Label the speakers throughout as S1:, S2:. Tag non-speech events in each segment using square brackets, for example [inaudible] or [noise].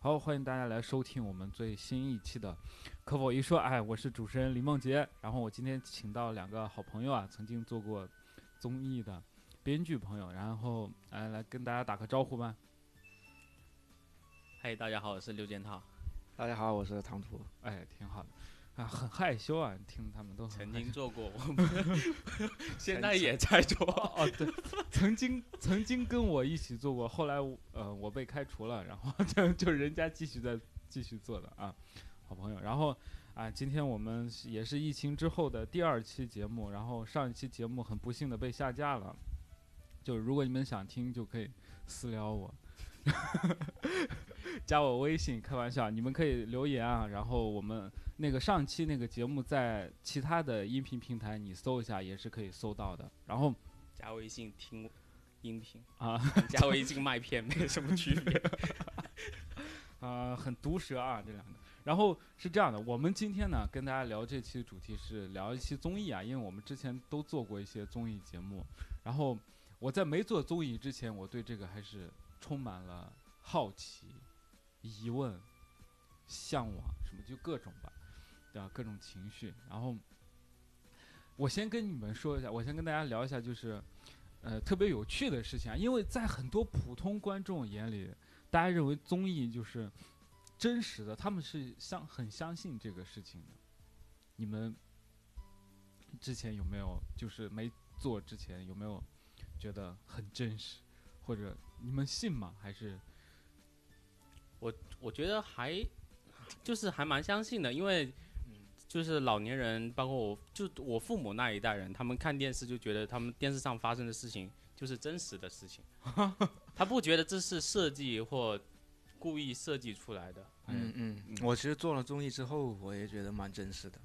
S1: 好，欢迎大家来收听我们最新一期的《可否一说》。哎，我是主持人林梦洁。然后我今天请到两个好朋友啊，曾经做过综艺的编剧朋友，然后哎来跟大家打个招呼吧。
S2: 嗨，大家好，我是刘建涛。
S3: 大家好，我是唐突。
S1: 哎，挺好的啊，很害羞啊，听他们都很
S2: [laughs] 曾
S1: 害
S2: 经
S1: 羞
S2: 做过，我们 [laughs] 现在也在 [laughs] 做。
S1: 哦对，曾经曾经跟我一起做过，后来我呃我被开除了，然后 [laughs] 就就人家继续在继续做的啊，好朋友。然后啊，今天我们是也是疫情之后的第二期节目，然后上一期节目很不幸的被下架了，就如果你们想听就可以私聊我。 [laughs] 加我微信，开玩笑，你们可以留言啊。然后我们那个上期那个节目在其他的音频平台你搜一下也是可以搜到的。然后
S2: 加微信听音 [laughs] 频，
S1: 啊，
S2: 加微信麦片没什么区别。
S1: 啊、很毒舌啊，这两个。然后是这样的，我们今天呢跟大家聊这期的主题是聊一期综艺啊，因为我们之前都做过一些综艺节目。然后我在没做综艺之前，我对这个还是充满了好奇、疑问、向往什么，就各种吧，对吧？各种情绪。然后我先跟你们说一下，我先跟大家聊一下，就是呃特别有趣的事情啊，因为在很多普通观众眼里，大家认为综艺就是真实的，他们是相很相信这个事情的。你们之前有没有就是没做之前有没有觉得很真实，或者你们信吗？还是
S2: [laughs] 我觉得还就是还蛮相信的，因为就是老年人，包括我就我父母那一代人，他们看电视就觉得他们电视上发生的事情就是真实的事 [laughs] 情，他不觉得这是设计或故意设计出来的。
S1: 哎
S3: 嗯嗯，我其实做了综艺之后，我也觉得蛮真实的，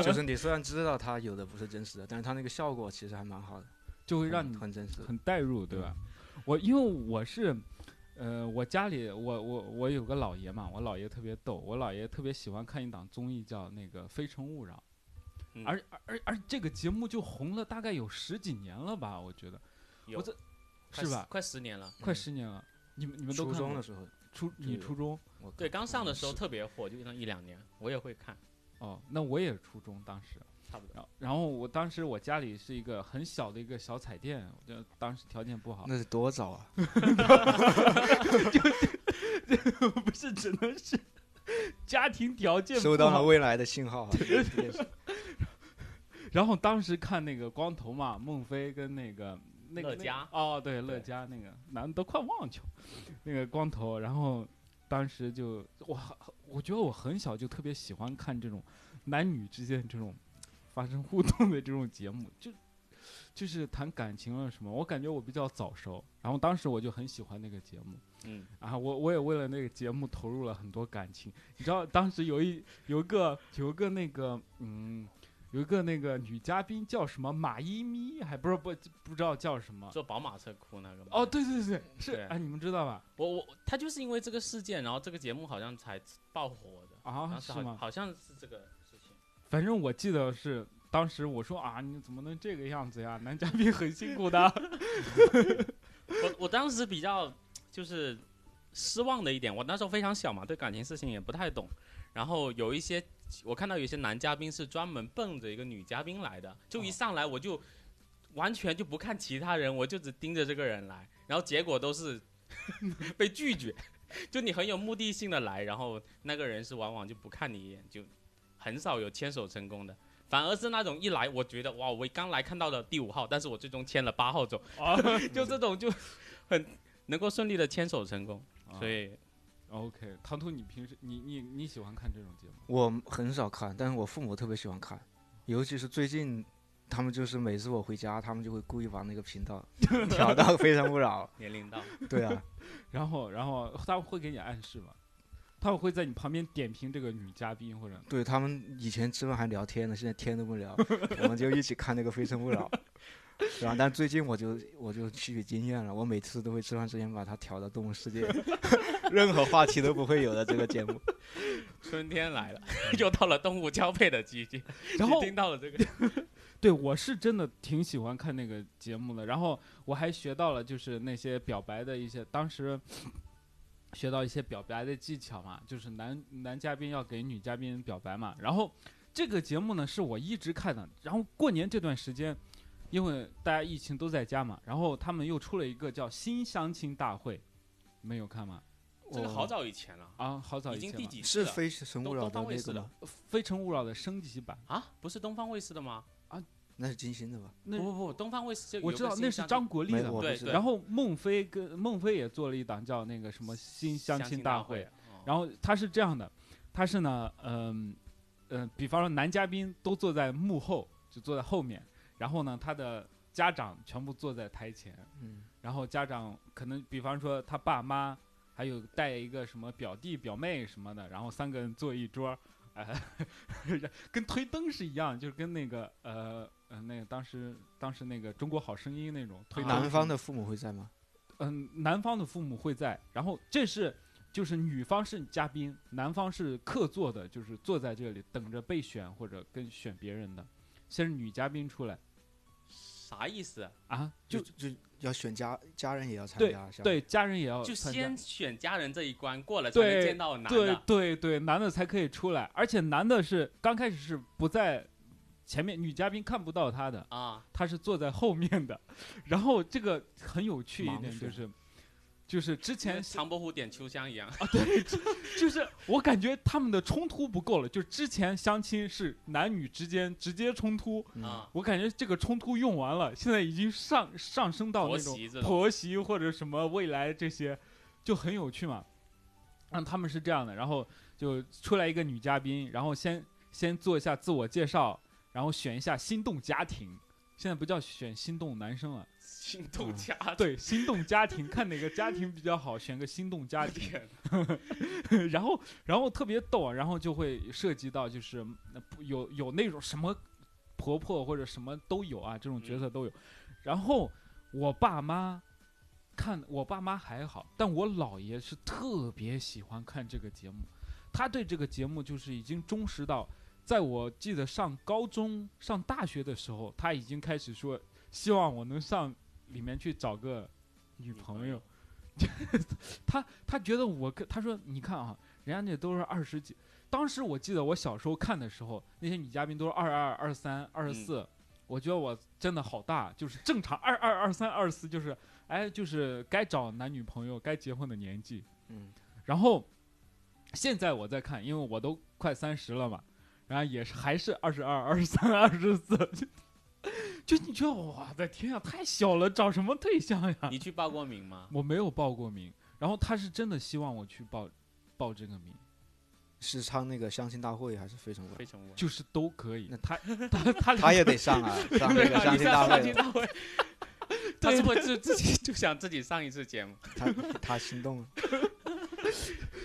S3: [laughs] 就是你虽然知道它有的不是真实的，但是它那个效果其实还蛮好的，
S1: 就会
S3: 会
S1: 让你
S3: 很真嗯实。
S1: 很代入，对吧？我因为我是，呃，我家里我我我有个姥爷嘛，我姥爷特别逗，我姥爷特别喜欢看一档综艺叫那个《非诚勿扰》，
S2: 嗯
S1: 而而而而这个节目就红了大概有十几年了吧，我觉得
S2: 有
S1: 我这
S2: 快
S1: 是
S2: 十
S1: 吧
S2: 快十年了，
S1: 快十年了。你们你们都
S3: 初
S1: 看
S3: 中
S1: 过
S3: 的时候，
S1: 初你
S3: 就
S1: 初中
S3: 我
S2: 对，刚上的时候
S3: 是
S2: 特别火，就那一两年，我也会看，
S1: 哦，那我也初中当时，
S2: 差不多。
S1: 然后然后我当时我家里是一个很小的一个小彩电，我觉得当时条件不好，
S3: [laughs] 那是多早啊！
S1: 不是只能是家庭条件
S3: 收
S1: 不
S3: 到
S1: 好
S3: 了未来的信号啊！
S1: 然后当时看那个光头嘛，孟非跟那个那个
S2: 乐嘉
S1: 那个哦，对，乐
S2: 对
S1: 嘉那个男的都快忘记了，那个光头。然后当时就我我觉得我很小就特别喜欢看这种男女之间这种发生互动的这种节目，就就是谈感情了什么。我感觉我比较早熟，然后当时我就很喜欢那个节目。
S2: 嗯，
S1: 啊，我我也为了那个节目投入了很多感情。你知道，当时有一有一个有一个那个嗯，有一个那个女嘉宾叫什么马伊咪，还不是不不知道叫什么。
S2: 坐宝马车哭那个嘛
S1: 哦，，对对对，是
S2: 对
S1: 哎，你们知道吧？
S2: 我我他就是因为这个事件，然后这个节目好像才爆火的，
S1: 啊，
S2: 当时
S1: 是
S2: 好
S1: 吗？
S2: 好像是这个事情。
S1: 反正我记得是当时我说啊，你怎么能这个样子呀？男嘉宾很辛苦
S2: [laughs]
S1: 的。
S2: 哦我我当时比较就是失望的一点，我那时候非常小嘛，对感情事情也不太懂。然后有一些我看到有一些男嘉宾是专门奔着一个女嘉宾来的，就一
S1: 哦
S2: 上来我就完全就不看其他人，我就只盯着这个人来，然后结果都是 [laughs] 被拒绝。就你很有目的性的来，然后那个人是往往就不看你一眼，就很少有牵手成功的，反而是那种一来我觉得哇，我刚来看到的第五号，但是我最终牵了八号走，
S1: 啊，
S2: [laughs] 就这种就很能够顺利的牵手成功，所以
S1: OK，唐突，你平时你你你喜欢看这种节目？
S3: 我很少看，但是我父母特别喜欢看，尤其是最近，他们就是每次我回家，他们就会故意把那个频道调到《非诚勿扰
S2: 年龄到，》。
S3: 对啊，
S1: 然后然后他会给你暗示吗？他会在你旁边点评这个女嘉宾或者
S3: 对他们以前吃饭还聊天呢，现在天都不聊，我们就一起看那个《非诚勿扰》。然后但最近我就我就吸取经验了，我每次都会吃饭之前把它调到动物世界， [laughs] 任何话题都不会有的这个节目。
S2: [laughs] 春天来了， [laughs] 又到了动物交配的季 [laughs] 节。
S1: 然
S2: 你
S1: 后
S2: 听到 [laughs] 了这个，
S1: 对我是真的挺喜欢看那个节目的，然后我还学到了就是那些表白的一些，当时学到一些表白的技巧嘛，就是男男嘉宾要给女嘉宾表白嘛，然后这个节目呢是我一直看的，然后过年这段时间。因为大家疫情都在家嘛，然后他们又出了一个叫“新相亲大会”，没有看吗？
S2: 这个
S3: 我
S2: 好早以前了，
S1: 啊，好早
S2: 已
S1: 以前
S2: 经第
S1: 了
S2: 几次
S3: 是
S2: 了？
S3: 非神勿
S2: 东
S3: 扰
S2: 东
S3: 的
S2: 方卫
S3: 那
S2: 视
S3: 个
S2: 的
S3: 吗？
S1: 《非诚勿扰》的升级版。
S2: 啊？不是东方卫视的吗？
S3: 那是金星的吧？
S1: 那
S2: 不不不，东方卫视就
S1: 我
S2: 有
S1: 知
S2: 个
S1: 道
S2: 新
S1: 那是
S2: 上
S1: 张国立
S3: 没
S1: 的
S3: 我
S1: 嘛，
S2: 对
S3: 不知道
S2: 对
S1: 然后孟非跟孟非也做了一档叫那个什么新相亲大会，，
S2: 哦
S1: 哦然后他是这样的，他是呢，嗯、嗯、比方说男嘉宾都坐在幕后，就坐在后面，然后呢，他的家长全部坐在台前，
S3: 嗯，
S1: 然后家长可能比方说他爸妈，还有带一个什么表弟表妹什么的，然后三个人坐一桌儿，哎， [laughs] 跟推灯是一样，就是跟那个呃呃那个当时当时那个中国好声音那种推
S2: 啊
S1: 灯
S3: 男
S1: 是
S3: 方的父母会在吗？
S1: 嗯，男方的父母会在，然后这是就是女方是嘉宾，男方是客座的，就是坐在这里等着被选或者跟选别人的。先是女嘉宾出来
S2: 啥意思啊？
S1: 啊，就
S3: 就要选家家人也要参
S1: 对
S3: 加，是吧，
S1: 对家人也要
S2: 就
S1: 参加
S2: 先选家人这一关过了，才能
S1: 对
S2: 见到男
S1: 对
S2: 的。
S1: 对对，男的才可以出来，而且男的是刚开始是不在前面，女嘉宾看不到他的，
S2: 啊，
S1: 他是坐在后面的。 [laughs] 然后这个很有趣一
S3: 盲
S1: 点就
S3: 选
S1: 是，就是之前
S2: 跟唐伯虎点秋香一样，
S1: 就是我感觉他们的冲突不够了，就是之前相亲是男女之间直接冲突，
S3: 嗯，
S2: 啊，
S1: 我感觉这个冲突用完了，现在已经上上升到那种
S2: 婆媳哦这种
S1: 婆媳或者什么未来这些，就很有趣嘛。嗯，他们是这样的，然后就出来一个女嘉宾，然后先先做一下自我介绍，然后选一下心动家庭。现在不叫选心动男生了，
S2: 心动家
S1: 对，心动家庭，看哪个家庭比较好，选个心动家庭。
S2: 庭。
S1: [laughs] 然后然后特别逗啊，然后就会涉及到就是呃不有有那种什么婆婆或者什么都有啊，这种角色都有。然后我爸妈看我爸妈还好，但我姥爷是特别喜欢看这个节目，他对这个节目就是已经忠实到，在我记得上高中上大学的时候，他已经开始说希望我能上里面去找个女朋友。 [laughs] 他他觉得我跟他说，你看啊，人家那都是二十几。当时我记得我小时候看的时候，那些女嘉宾都是二二、二三、二十四，我觉得我真的好大，就是正常二二、二三、二四，就是哎，就是该找男女朋友、该结婚的年纪。
S3: 嗯，
S1: 然后现在我在看，因为我都快三十了嘛，然后也是还是二十二、二十三、二十四，就你觉得我的天啊，太小了，找什么对象呀？
S2: 你去报过名吗？
S1: 我没有报过名，然后他是真的希望我去报报这个名，
S3: 是上那个相亲大会还是非诚勿
S2: [laughs]
S3: 扰
S2: 非？诚勿扰。
S1: 就是都可以
S3: 那。
S1: 他
S3: [laughs]
S1: 他他
S3: 他也得上啊，
S4: [laughs]
S3: 上那
S2: 对
S3: 个
S2: 啊，
S3: 相
S2: 你
S3: 亲
S2: 上
S3: 大会
S2: 上进
S3: 了，
S2: 大 [laughs] 会，他是不是就自己就想自己上一次节目？
S3: 他他心动了，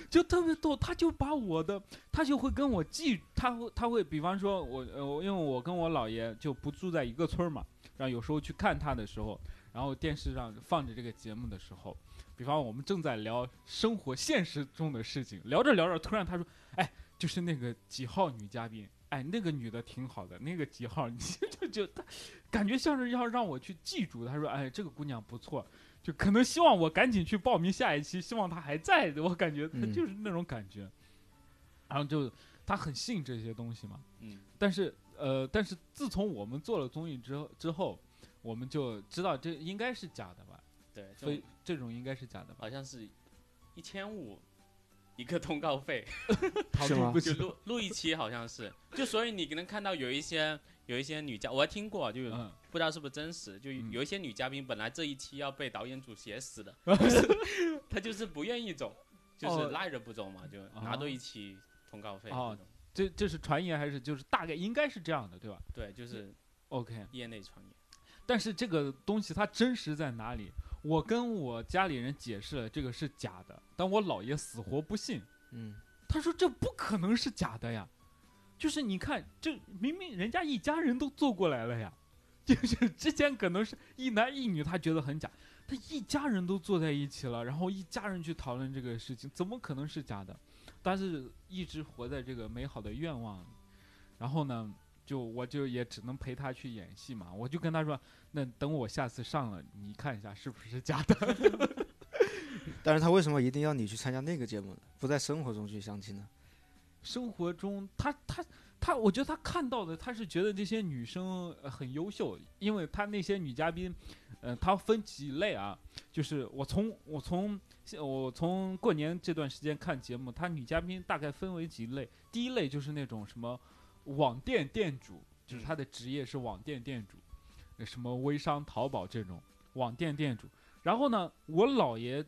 S1: 就特别逗，他就把我的，他就会跟我记，他会他会，比方说我呃，我因为我跟我姥爷就不住在一个村儿嘛，然后有时候去看他的时候，然后电视上放着这个节目的时候，比方我们正在聊生活现实中的事情，聊着聊着，突然他说，哎，就是那个几号女嘉宾，哎，那个女的挺好的，那个几号，你就就他感觉像是要让我去记住，他说，哎，这个姑娘不错，就可能希望我赶紧去报名下一期，希望他还在，我感觉他
S3: 嗯
S1: 就是那种感觉。然后就他很信这些东西嘛，
S2: 嗯，
S1: 但是呃，但是自从我们做了综艺之后之后，我们就知道这应该是假的吧，
S2: 对，
S1: 所
S2: 所
S1: 以
S2: 以
S1: 这种应该是假的吧，
S2: 好像是一千五一个通告费，
S1: 逃
S3: 是
S1: 避
S3: 吗
S1: 不
S2: 就
S1: 行。
S2: 录录一期好像是，就所以你能看到有一些有一些女嘉，我还听过，就有
S1: 嗯，
S2: 不知道是不是真实，就
S1: 嗯
S2: 有一些女嘉宾本来这一期要被导演组写死的， [laughs] 她就是不愿意走，就是
S1: 哦
S2: 赖着不走嘛，就拿多一期通告费
S1: 哦
S2: 那种。
S1: 这这是传言还是就是大概应该是这样的，对吧
S2: 对，就是
S1: ？OK，
S2: 业内传言。
S1: 但是这个东西它真实在哪里？我跟我家里人解释了这个是假的，但我姥爷死活不信，
S3: 嗯，
S1: 他说这不可能是假的呀，就是你看，这明明人家一家人都坐过来了呀， [laughs] 就是之前可能是一男一女，他觉得很假，他一家人都坐在一起了，然后一家人去讨论这个事情，怎么可能是假的？但是一直活在这个美好的愿望里，然后呢，就我就也只能陪他去演戏嘛，我就跟他说，那等我下次上了，你看一下是不是假的？
S3: 但是他为什么一定要你去参加那个节目呢？不在生活中去相亲呢？
S1: 生活中，他他他，我觉得他看到的，他是觉得这些女生呃很优秀，因为他那些女嘉宾，呃，他分几类啊，就是我从我从我从过年这段时间看节目，他女嘉宾大概分为几类，第一类就是那种什么网店店主，就是他的职业是网店店主，呃什么微商、淘宝这种网店店主。然后呢，我姥爷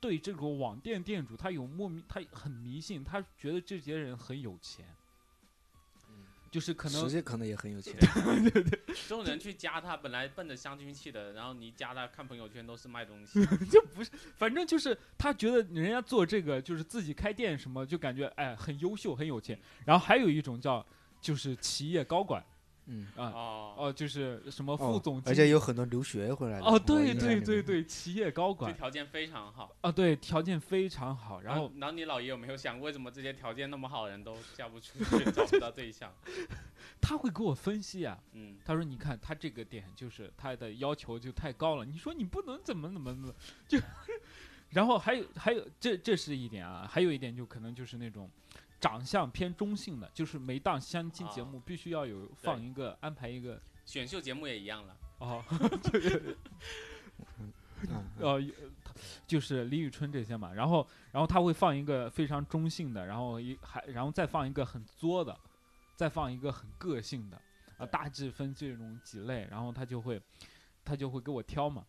S1: 对这个网店店主，他有莫名，他很迷信，他觉得这些人很有钱，就是可能
S3: 实际可能也很有钱。
S2: 这种人去加他，本来奔着相亲去的，然后你一加他，看朋友圈都是卖
S1: [laughs]
S2: 东西，
S1: 反正就是他觉得人家做这个就是自己开店什么，就感觉哎很优秀很有钱。然后还有一种叫就是企业高管，
S3: 嗯，
S2: 哦，
S1: 哦、就是什么
S3: 哦
S1: 副总经
S3: 而
S1: 理。
S3: 且有很多留学回来的。
S1: 哦，
S3: 我
S1: 对
S3: 印象
S1: 对
S3: 里面
S1: 对，对，企业高
S2: 这
S1: 管
S2: 条件非常好。
S1: 啊，对，条件非常好。
S3: 嗯
S1: 然后
S2: 然后你姥爷有没有想，为什么这些条件那么好的人都嫁不出去，找不到对
S1: [laughs]
S2: 象？
S1: 他会给我分析啊，
S2: 嗯，
S1: 他说：“你看他这个点就是他的要求就太高了，你说你不能怎么怎么怎么就， [laughs] 然后还有还有这这是一点啊，还有一点就可能就是那种长相偏中性的，就是每档相亲节目必须要有放一个安排一个
S2: 选秀节目也一样了。
S1: 哦
S3: 嗯嗯
S1: 呃，就是李宇春这些嘛，然后然后他会放一个非常中性的，然后一还然后再放一个很作的，再放一个很个性的，啊，
S2: 对
S1: 大致分这种几类，然后他就会他就会给我挑嘛，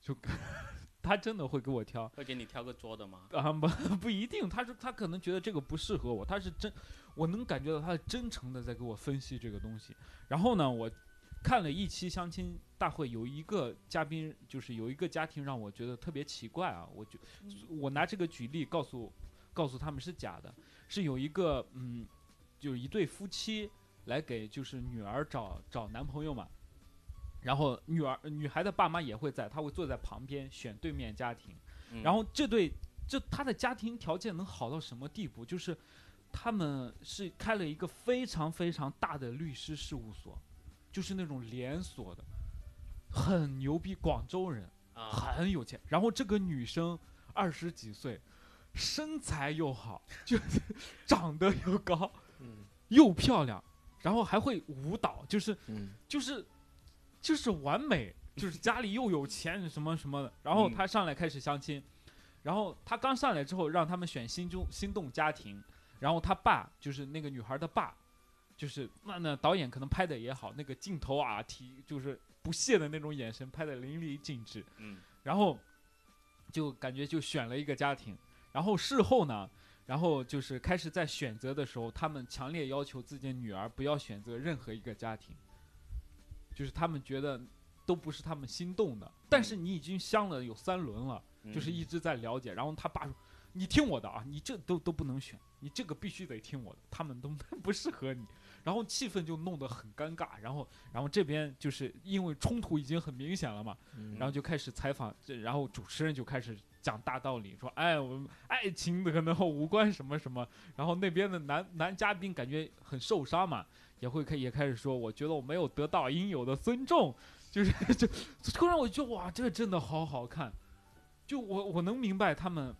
S1: 就 [laughs] 他真的会给我挑。
S2: 会给你挑个桌的吗？
S1: 啊不 [laughs] 不一定，他说他可能觉得这个不适合我，他是真，我能感觉到他是真诚的在给我分析这个东西。然后呢，我看了一期相亲大会，有一个嘉宾就是有一个家庭让我觉得特别奇怪啊，我就我拿这个举例告诉告诉他们是假的，是有一个嗯，就是一对夫妻来给就是女儿找找男朋友嘛。然后女儿女孩的爸妈也会在，他会坐在旁边选对面家庭，
S2: 嗯
S1: 然后这对这他的家庭条件能好到什么地步？就是他们是开了一个非常非常大的律师事务所，就是那种连锁的，很牛逼，广州人
S2: 啊，
S1: 很有钱。然后这个女生二十几岁，身材又好，就是长得又高
S3: 嗯
S1: 又漂亮，然后还会舞蹈，就是
S3: 嗯，
S1: 就是就是完美，就是家里又有钱什么什么的。然后他上来开始相亲，然后他刚上来之后，让他们选心中心动家庭，然后他爸就是那个女孩的爸，就是那那导演可能拍的也好，那个镜头啊提就是不屑的那种眼神拍的淋漓尽致，
S2: 嗯，
S1: 然后就感觉就选了一个家庭，然后事后呢，然后就是开始在选择的时候，他们强烈要求自己的女儿不要选择任何一个家庭，就是他们觉得都不是他们心动的。但是你已经相了有三轮了，
S2: 嗯
S1: 就是一直在了解。然后他爸说：“你听我的啊，你这都都不能选，你这个必须得听我的，他们都 [laughs] 不适合你。”然后气氛就弄得很尴尬，然后，然后这边就是因为冲突已经很明显了嘛，
S3: 嗯
S1: 然后就开始采访，这然后主持人就开始讲大道理，说哎，我们爱情的可能无关什么什么。然后那边的男男嘉宾感觉很受伤嘛，也会开也开始说，我觉得我没有得到应有的尊重， [laughs] 就是就突然我觉得哇，这个真的好好看，就我我能明白他们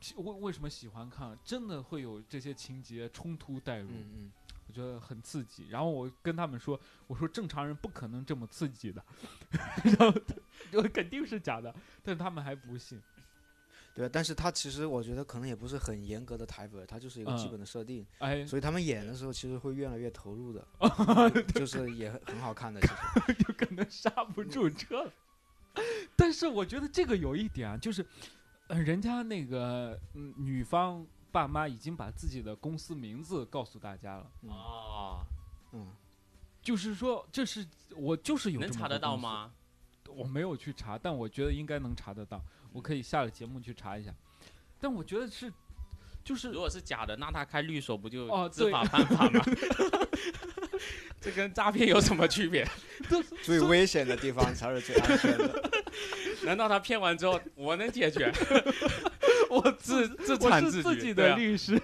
S1: 喜为为什么喜欢看，啊真的会有这些情节冲突带入。
S3: 嗯嗯，
S1: 我觉得很刺激，然后我跟他们说，我说正常人不可能这么刺激的， [laughs] 然后就肯定是假的，但是他们还不信。
S3: 对啊。但是他其实我觉得可能也不是很严格的台本，他就是一个基
S1: 嗯
S3: 本的设定，
S1: 哎，
S3: 所以他们演的时候其实会越来越投入的，
S1: 哦
S3: [laughs] 就是也很很好看的。其实，
S1: 就可能刹不
S2: 嗯
S1: 住车了。但是我觉得这个有一点啊，就是，呃，人家那个、嗯、女方爸妈已经把自己的公司名字告诉大家了，
S3: 嗯
S2: 哦，
S3: 嗯，
S1: 就是说这是我就是有
S2: 能
S1: 这么
S2: 查
S1: 个
S2: 得到
S1: 公司？
S2: 吗？
S1: 我没有去查，但我觉得应该能查得到，
S2: 嗯
S1: 我可以下了节目去查一下。但我觉得是，就是
S2: 如果是假的，那他开律所不就
S1: 哦 [laughs]
S2: 知
S1: 对
S2: 法犯法吗？这跟诈骗有什么区别？
S4: 最危险的地方才是最安全的。
S2: 难道他骗完之后我能解决？
S1: 我
S2: 自自
S1: 我
S2: 产
S1: 是
S2: 自
S1: 自
S2: 举
S1: 己
S2: 对
S1: 的
S2: 啊
S1: 律师，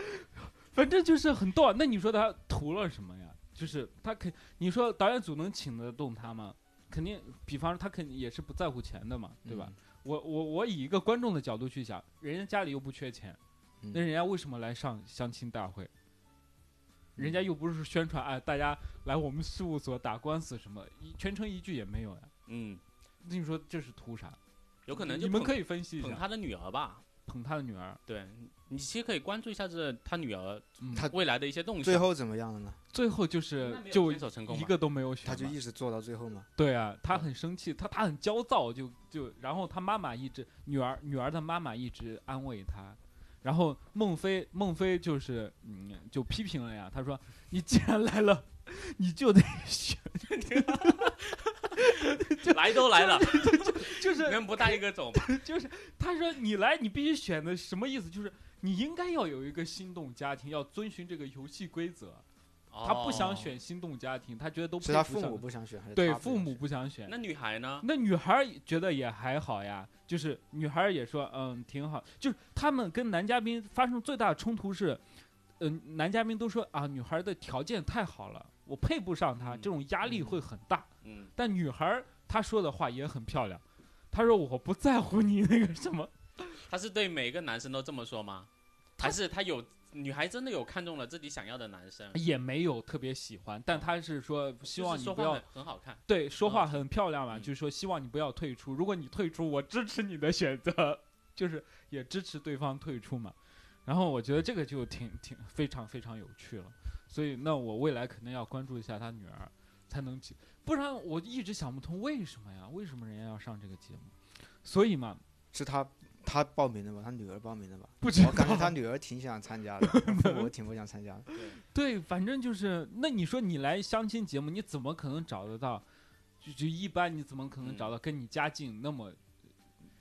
S1: [laughs] 反正就是很逗啊。那你说他图了什么呀？就是他肯，你说导演组能请得动他吗？肯定，比方说他肯定也是不在乎钱的嘛，对吧？ [laughs]
S4: 嗯
S1: 我我我以一个观众的角度去想，人家家里又不缺钱，
S3: 嗯
S1: 那人家为什么来上相亲大会？人家又不是宣传哎，大家来我们事务所打官司什么，一全程一句也没有呀。
S2: 嗯，
S1: 那你说这是图啥？
S2: 有可能
S1: 你
S2: 就
S1: 们
S2: 捧
S1: 可以分析一
S2: 捧
S1: 下，
S2: 他的女儿吧。
S1: 捧他的女儿，
S2: 对你其实可以关注一下这他女儿
S1: 嗯，
S3: 他
S2: 未来的一些动
S3: 最
S2: 向。
S3: 后怎么样了呢？
S1: 最后就是就
S2: 牵手成功
S1: 一
S2: 嘛
S1: 个都没有选
S3: 他
S1: 嘛，
S3: 就一直做到最后嘛。
S1: 对啊，他很生气，他他很焦躁，就就然后他妈妈一直女儿女儿的妈妈一直安慰他，然后孟非孟非就是嗯就批评了呀，他说你既然来了， [laughs] 你就得选，
S2: [laughs] 来都来了，
S1: [laughs] 就是
S2: [laughs] 能不带一个走吗？
S1: 就是他说你来你必须选的什么意思？就是你应该要有一个心动家庭，要遵循这个游戏规则。 [laughs] 他不想
S2: 哦。
S1: 选心动家庭，他觉得都
S3: 是
S1: 配
S3: 他
S1: 不
S3: 父
S1: 上
S3: 母不想选，还是
S1: 对
S3: 他
S1: 父母
S3: 不
S1: 不想选
S2: 哦那。女孩呢？
S1: 那女孩儿觉得也还好呀，就是女孩儿也说，嗯，挺好。就是他们跟男嘉宾发生最大的冲突是，嗯、男嘉宾都说啊，女孩儿的条件太好了，我配不上她，
S2: 嗯
S1: 这种压力会很大。
S2: 嗯，
S1: 但女孩儿她说的话也很漂亮，她说我不在乎你那个什么，
S2: 她是对每个男生都这么说吗？还是她有女孩真的有看中了自己想要的男生？
S1: 也没有特别喜欢，但她是说希望
S2: 就是
S1: 你
S2: 说
S1: 不
S2: 话
S1: 要
S2: 很很好看。
S1: 对说话
S3: 啊
S2: 嗯
S1: 很漂亮嘛，
S2: 嗯
S1: 就是说希望你不要退出，如果你退出，我支持你的选择， [laughs] 就是也支持对方退出嘛。然后我觉得这个就挺挺非常非常有趣了，所以那我未来肯定要关注一下他女儿，才能起，不然我一直想不通为什么呀？为什么人家要上这个节目？所以嘛，
S3: 是他他报名的吧？他女儿报名的吧？
S2: [laughs]
S1: 不知道
S3: 我感觉他女儿挺想参加的，我父母挺不想参加的。
S2: 对，
S1: 对，反正就是那你说你来相亲节目，你怎么可能找得到？就就一般，你怎么可能
S2: 嗯
S1: 找到跟你家境那么？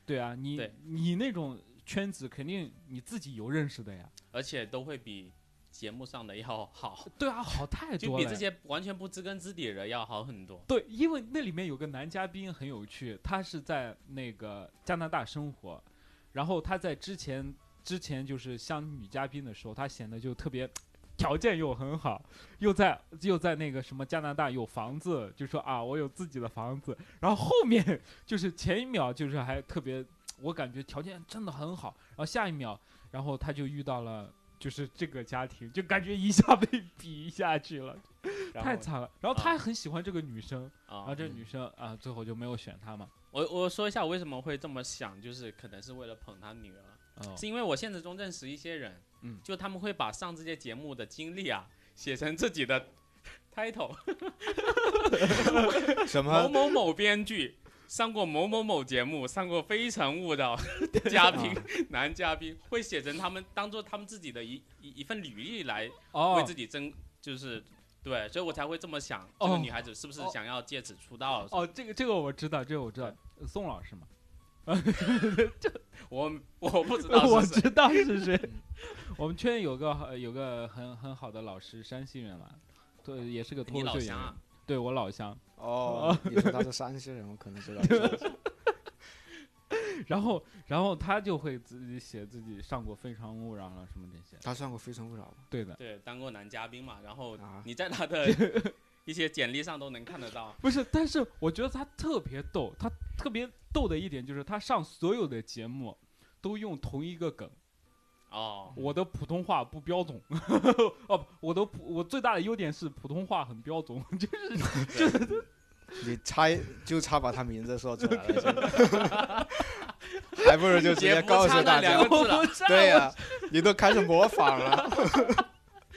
S1: 对啊，你
S2: 对
S1: 你那种圈子肯定你自己有认识的呀。
S2: 而且都会比节目上的要好，
S1: 对啊，好太
S2: 就
S1: 多
S2: 比
S1: 了
S2: 这
S1: 呀。
S2: 些完全不知根知底的要好很多。
S1: 对，因为那里面有个男嘉宾很有趣，他是在那个加拿大生活，然后他在之前之前就是相女嘉宾的时候，他显得就特别。条件又很好，又在又在那个什么加拿大有房子，就说啊，我有自己的房子。然后后面就是前一秒就是还特别，我感觉条件真的很好，然后下一秒，然后他就遇到了就是这个家庭，就感觉一下被 [laughs] 比下去了，
S2: 然后
S1: 太惨了。然后
S2: 啊
S1: 他还很喜欢这个女生，然
S2: 啊
S1: 后！这女生啊，最后就没有选他嘛。
S2: 我我说一下我为什么会这么想，就是可能是为了捧他女儿，
S1: 哦，
S2: 是因为我现实中认识一些人，
S1: 嗯
S2: 就他们会把上这些节目的经历啊 [laughs] 写成自己的 [laughs] title，
S3: 什
S2: 某
S3: 么？
S2: 某某编剧。 [laughs] 上过某某某节目，上过《非诚勿
S1: [laughs]
S2: 扰》
S1: 啊
S2: 嘉
S3: 啊
S2: 宾、男嘉宾，会写成他们当做他们自己的一一一份履历来为
S1: 哦
S2: 自己争，就是对，所以我才会这么想，这
S1: 哦
S2: 个女孩子是不是
S1: 哦
S2: 想要借此出道？
S1: 哦，这个这个我知道，这个我知道，宋老师嘛，
S2: [laughs] 我我不知
S1: [laughs]
S2: 道
S1: 我
S2: 是谁，嗯
S1: 知道是谁。 [laughs] 我们圈有个呃有个很很好的老师，山西人嘛，对，也是个脱
S2: 你
S1: 口
S2: 老
S1: 秀演
S2: 乡
S1: 员
S2: 啊。，
S1: 对我老乡。
S3: 哦，你说他是山西人，我可能知道是。
S1: 然后然后他就会自己写自己上过《非常勿扰》了什么这些。
S3: 他上过《非诚勿扰》吗？
S1: 对的，
S2: 对，当过男嘉宾嘛，然后
S3: 啊，
S2: 你在他
S1: [laughs]
S2: 的一些简历上都能看得到，
S1: 不是，但是我觉得他特别逗，他特别逗的一点就是他上所有的节目都用同一个梗。
S2: 哦，
S1: 我的普通话不标准， [laughs] 哦，不我的普我最大的优点是普通话很标准，就是
S3: 你猜就差把他名字说出来了，真的还不如就直接
S2: 也不
S3: 告
S2: 差
S3: 诉
S2: 那
S3: 大
S2: 两
S3: 家
S2: 个。字了，
S3: 对呀、你都开始模仿了。
S1: [laughs]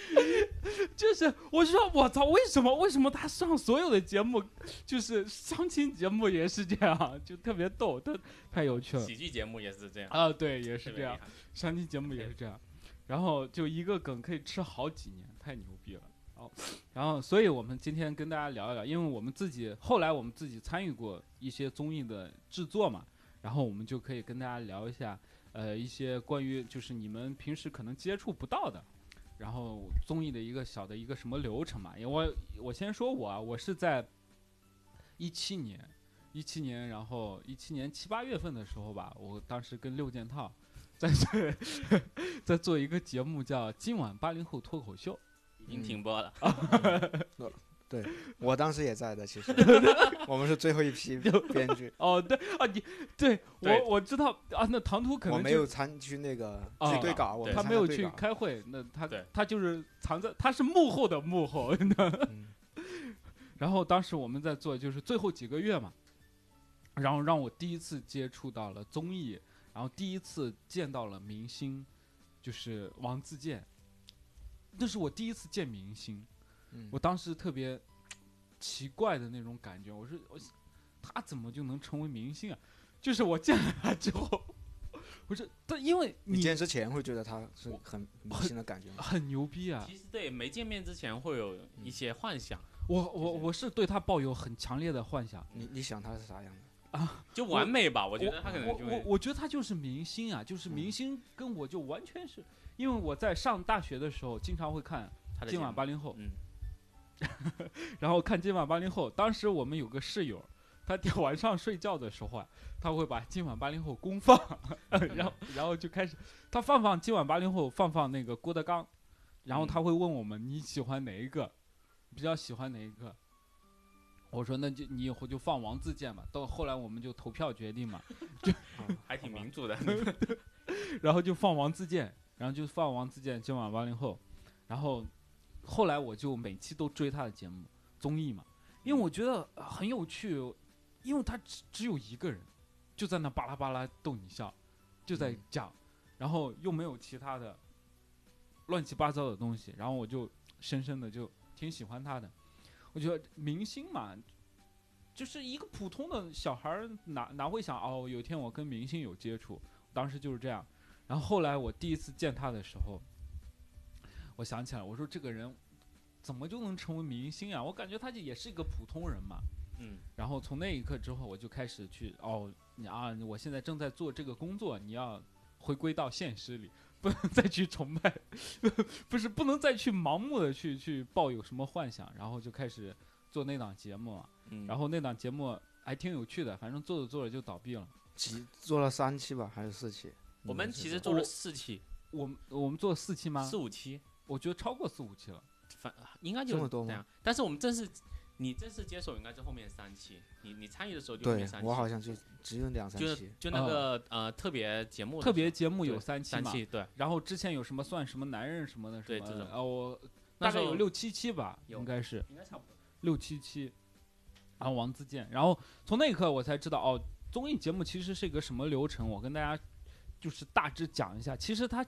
S1: 就是我就说我操，为什么为什么他上所有的节目，就是相亲节目也是这样，就特别逗，他太有趣了
S2: 喜剧节目也是这样，
S1: 啊，对，也是
S2: 特
S1: 这
S2: 别
S1: 样
S2: 厉，害。
S1: 相亲节目也是这样，然后就一个梗可以吃好几年，太牛逼了。哦，然后，所以我们今天跟大家聊一聊，因为我们自己后来我们自己参与过一些综艺的制作嘛，然后我们就可以跟大家聊一下，呃，一些关于就是你们平时可能接触不到的，然后综艺的一个小的一个什么流程嘛。因为我我先说我啊，我是在一七年，一七年，然后一七年七八月份的时候吧，我当时跟六件套在在做一个节目叫《今晚八零后脱口秀》。
S2: 已经停播
S1: 嗯
S2: 了。
S4: 我当时也在的，其
S2: [laughs]
S4: 实我们是最后一批编剧，
S1: 哦，对啊，你对
S2: 对
S1: 我我知道啊，那唐突可能就
S4: 我没有参去那个
S1: 啊
S4: 去对稿，我
S2: 对
S1: 他
S4: 参
S1: 没
S4: 加
S1: 有
S4: 对
S1: 去
S4: 稿
S1: 开会，那他
S2: 对
S1: 他就是藏在，他是幕后的幕后。真的
S4: 嗯
S1: [laughs] 然后当时我们在做，就是最后几个月嘛，然后让我第一次接触到了综艺，然后第一次见到了明星，就是王自健，那是我第一次见明星，
S4: 嗯
S1: 我当时特别奇怪的那种感觉，我说我他怎么就能成为明星啊？就是我见了他之后，我说但因为
S4: 你
S1: 你
S4: 见之前会觉得他是很很
S1: 很
S4: 明星的感觉吗？
S1: 很牛逼啊，嗯
S2: 其实对没见面之前会有一些幻想，
S1: 我我
S2: 谢谢
S1: 我是对他抱有很强烈的幻想，
S4: 你你想他是啥样的？
S2: 就完美吧。我
S1: 我
S2: 觉得他可能
S1: 我
S2: 就
S1: 我
S2: 会
S1: 我觉得他就是明星啊，就是
S4: 嗯
S1: 明星跟我就完全是，因为我在上大学的时候经常会看
S2: 他
S1: 《
S2: 的
S1: 今晚
S2: 节目
S1: 八零后》，
S2: 嗯，
S1: [laughs] 然后看《今晚八零后》，当时我们有个室友，他晚上睡觉的时候啊，他会把《今晚八零后》公放， [laughs] 然后然后就开始他放放《今晚八零后》，放放那个郭德纲，然后
S2: 嗯
S1: 他会问我们你喜欢哪一个，比较喜欢哪一个。我说那就你以后就放王自健吧，到后来我们就投票决定嘛，
S2: 还挺
S1: [laughs]
S2: 民主的。
S1: 然后就放王自健，然后就放王自健今晚八零后，然后后来我就每期都追他的节目综艺嘛，因为我觉得呃很有趣，因为他只只有一个人，就在那巴拉巴拉逗你笑，就在
S4: 嗯
S1: 讲，然后又没有其他的乱七八糟的东西，然后我就深深的就挺喜欢他的，我觉得明星嘛。就是一个普通的小孩儿哪哪会想哦，有一天我跟明星有接触，当时就是这样。然后后来我第一次见他的时候，我想起来，我说这个人怎么就能成为明星啊？我感觉他就也是一个普通人嘛。
S2: 嗯，
S1: 然后从那一刻之后，我就开始去哦，你啊，我现在正在做这个工作，你要回归到现实里， [laughs] 不能再去崇拜， [laughs] 不是不能再去盲目的去去抱有什么幻想，然后就开始做那档节目嘛。
S2: 嗯
S1: 然后那档节目还挺有趣的，反正做着做着就倒闭了。
S4: 几做了三期吧，还是四期？
S2: 我们其实做
S4: 做
S2: 了
S1: 我
S2: 四期、
S1: 我们我们做四期吗？
S2: 四五期，
S1: 我觉得超过四五期了。
S2: 反应该就
S4: 这么多吗
S2: 这样。但是我们正式，你正式接手应该是后面三期，你你参与的时候就后
S4: 对
S2: 面三期。
S4: 我好像就只有两三
S2: 就
S4: 期，
S2: 就那个、呃特别节目的
S1: 嗯
S2: 时
S1: 特
S2: 候，
S1: 别节目有
S2: 对
S1: 三期
S2: 三
S1: 嘛，
S2: 期对，
S1: 然后之前有什么算什么男人什么的什
S2: 对
S1: 么
S2: 这
S1: 的，
S2: 种
S1: 啊，我
S2: 那
S1: 大
S2: 时
S1: 概
S2: 候
S1: 有六七期吧，
S2: 有
S1: 应该是
S2: 应该差不多。
S1: 六七期，然后王自健，然后从那一刻我才知道哦，综艺节目其实是一个什么流程，我跟大家就是大致讲一下，其实它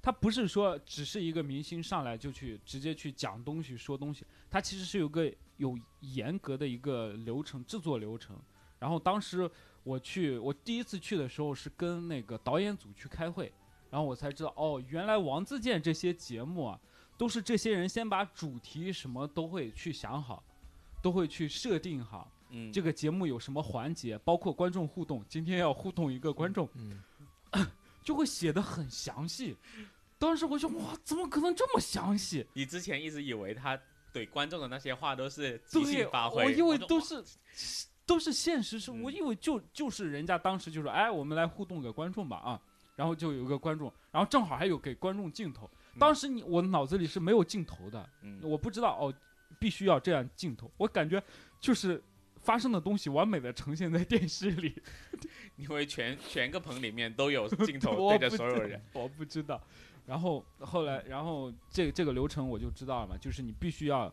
S1: 它不是说只是一个明星上来就去直接去讲东西说东西，它其实是有个有严格的一个流程制作流程。然后当时我去，我第一次去的时候是跟那个导演组去开会，然后我才知道哦，原来王自健这些节目啊，都是这些人先把主题什么都会去想好，都会去设定好。
S2: 嗯，
S1: 这个节目有什么环节，包括观众互动，今天要互动一个观众，
S4: 嗯，
S1: 就会写的很详细。当时我就哇，怎么可能这么详细？
S2: 你之前一直以为他对观众的那些话都是即
S1: 对
S2: 兴，发挥，
S1: 我以为
S2: 说
S1: 都
S2: 哇
S1: 是都是现实，是我
S2: 嗯
S1: 以为就就是人家当时就说，哎，我们来互动个观众吧啊，然后就有一个观众，然后正好还有给观众镜头。当时你我脑子里是没有镜头的，
S2: 嗯
S1: 我不知道哦，必须要这样镜头，我感觉就是发生的东西完美的呈现在电视里。
S2: 因为全全个棚里面
S1: [laughs]
S2: 都有镜头
S1: 我
S2: 对
S1: 不
S2: 着
S1: 知
S2: 所有人，
S1: 我不知道。然后后来，然后这这个流程我就知道了嘛，就是你必须要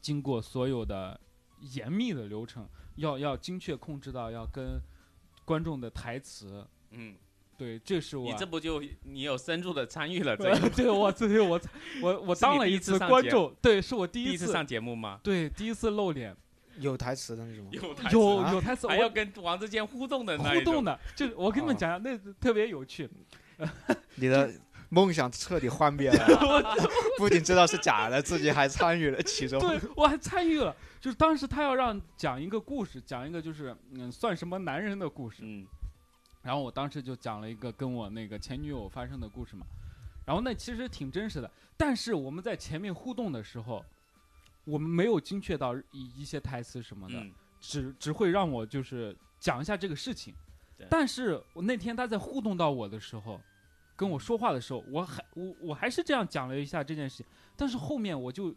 S1: 经过所有的严密的流程，要要精确控制到要跟观众的台词。
S2: 嗯，
S1: 对，这是我
S2: 你这不就你有深入的参与了这个？
S1: 对啊对我所以我
S2: [laughs]
S1: 我我
S2: 是你
S1: 当了
S2: 第
S1: 一
S2: 一次
S1: 次
S2: 上
S1: 观
S2: 节
S1: 众，对，是我第
S2: 第一
S1: 一
S2: 次上节
S1: [laughs]
S2: 目吗？
S1: 对第一次露脸，
S4: 有台词的那种吗。
S2: 有台词
S1: 有
S4: 啊
S1: 有台词，
S2: 还
S1: 我
S2: 要跟王自健互动的那一
S1: 互动
S2: 种，
S1: 的，就是我跟你们
S4: 啊
S1: 讲讲，那特别有趣。
S4: 你的梦想彻底幻
S2: [laughs]
S4: 灭 [laughs] 了，不仅知道是假的，自己还参与了其中。
S1: 对，我还参与了。就是当时他要让讲一个故事，讲一个就是嗯，算什么男人的故事。
S2: 嗯，
S1: 然后我当时就讲了一个跟我那个前女友发生的故事嘛。然后那其实挺真实的，但是我们在前面互动的时候，我们没有精确到一一些台词什么的，
S2: 嗯，
S1: 只只会让我就是讲一下这个事情
S2: 对。
S1: 但是我那天他在互动到我的时候，跟我说话的时候，我还我我还是这样讲了一下这件事情，但是后面我就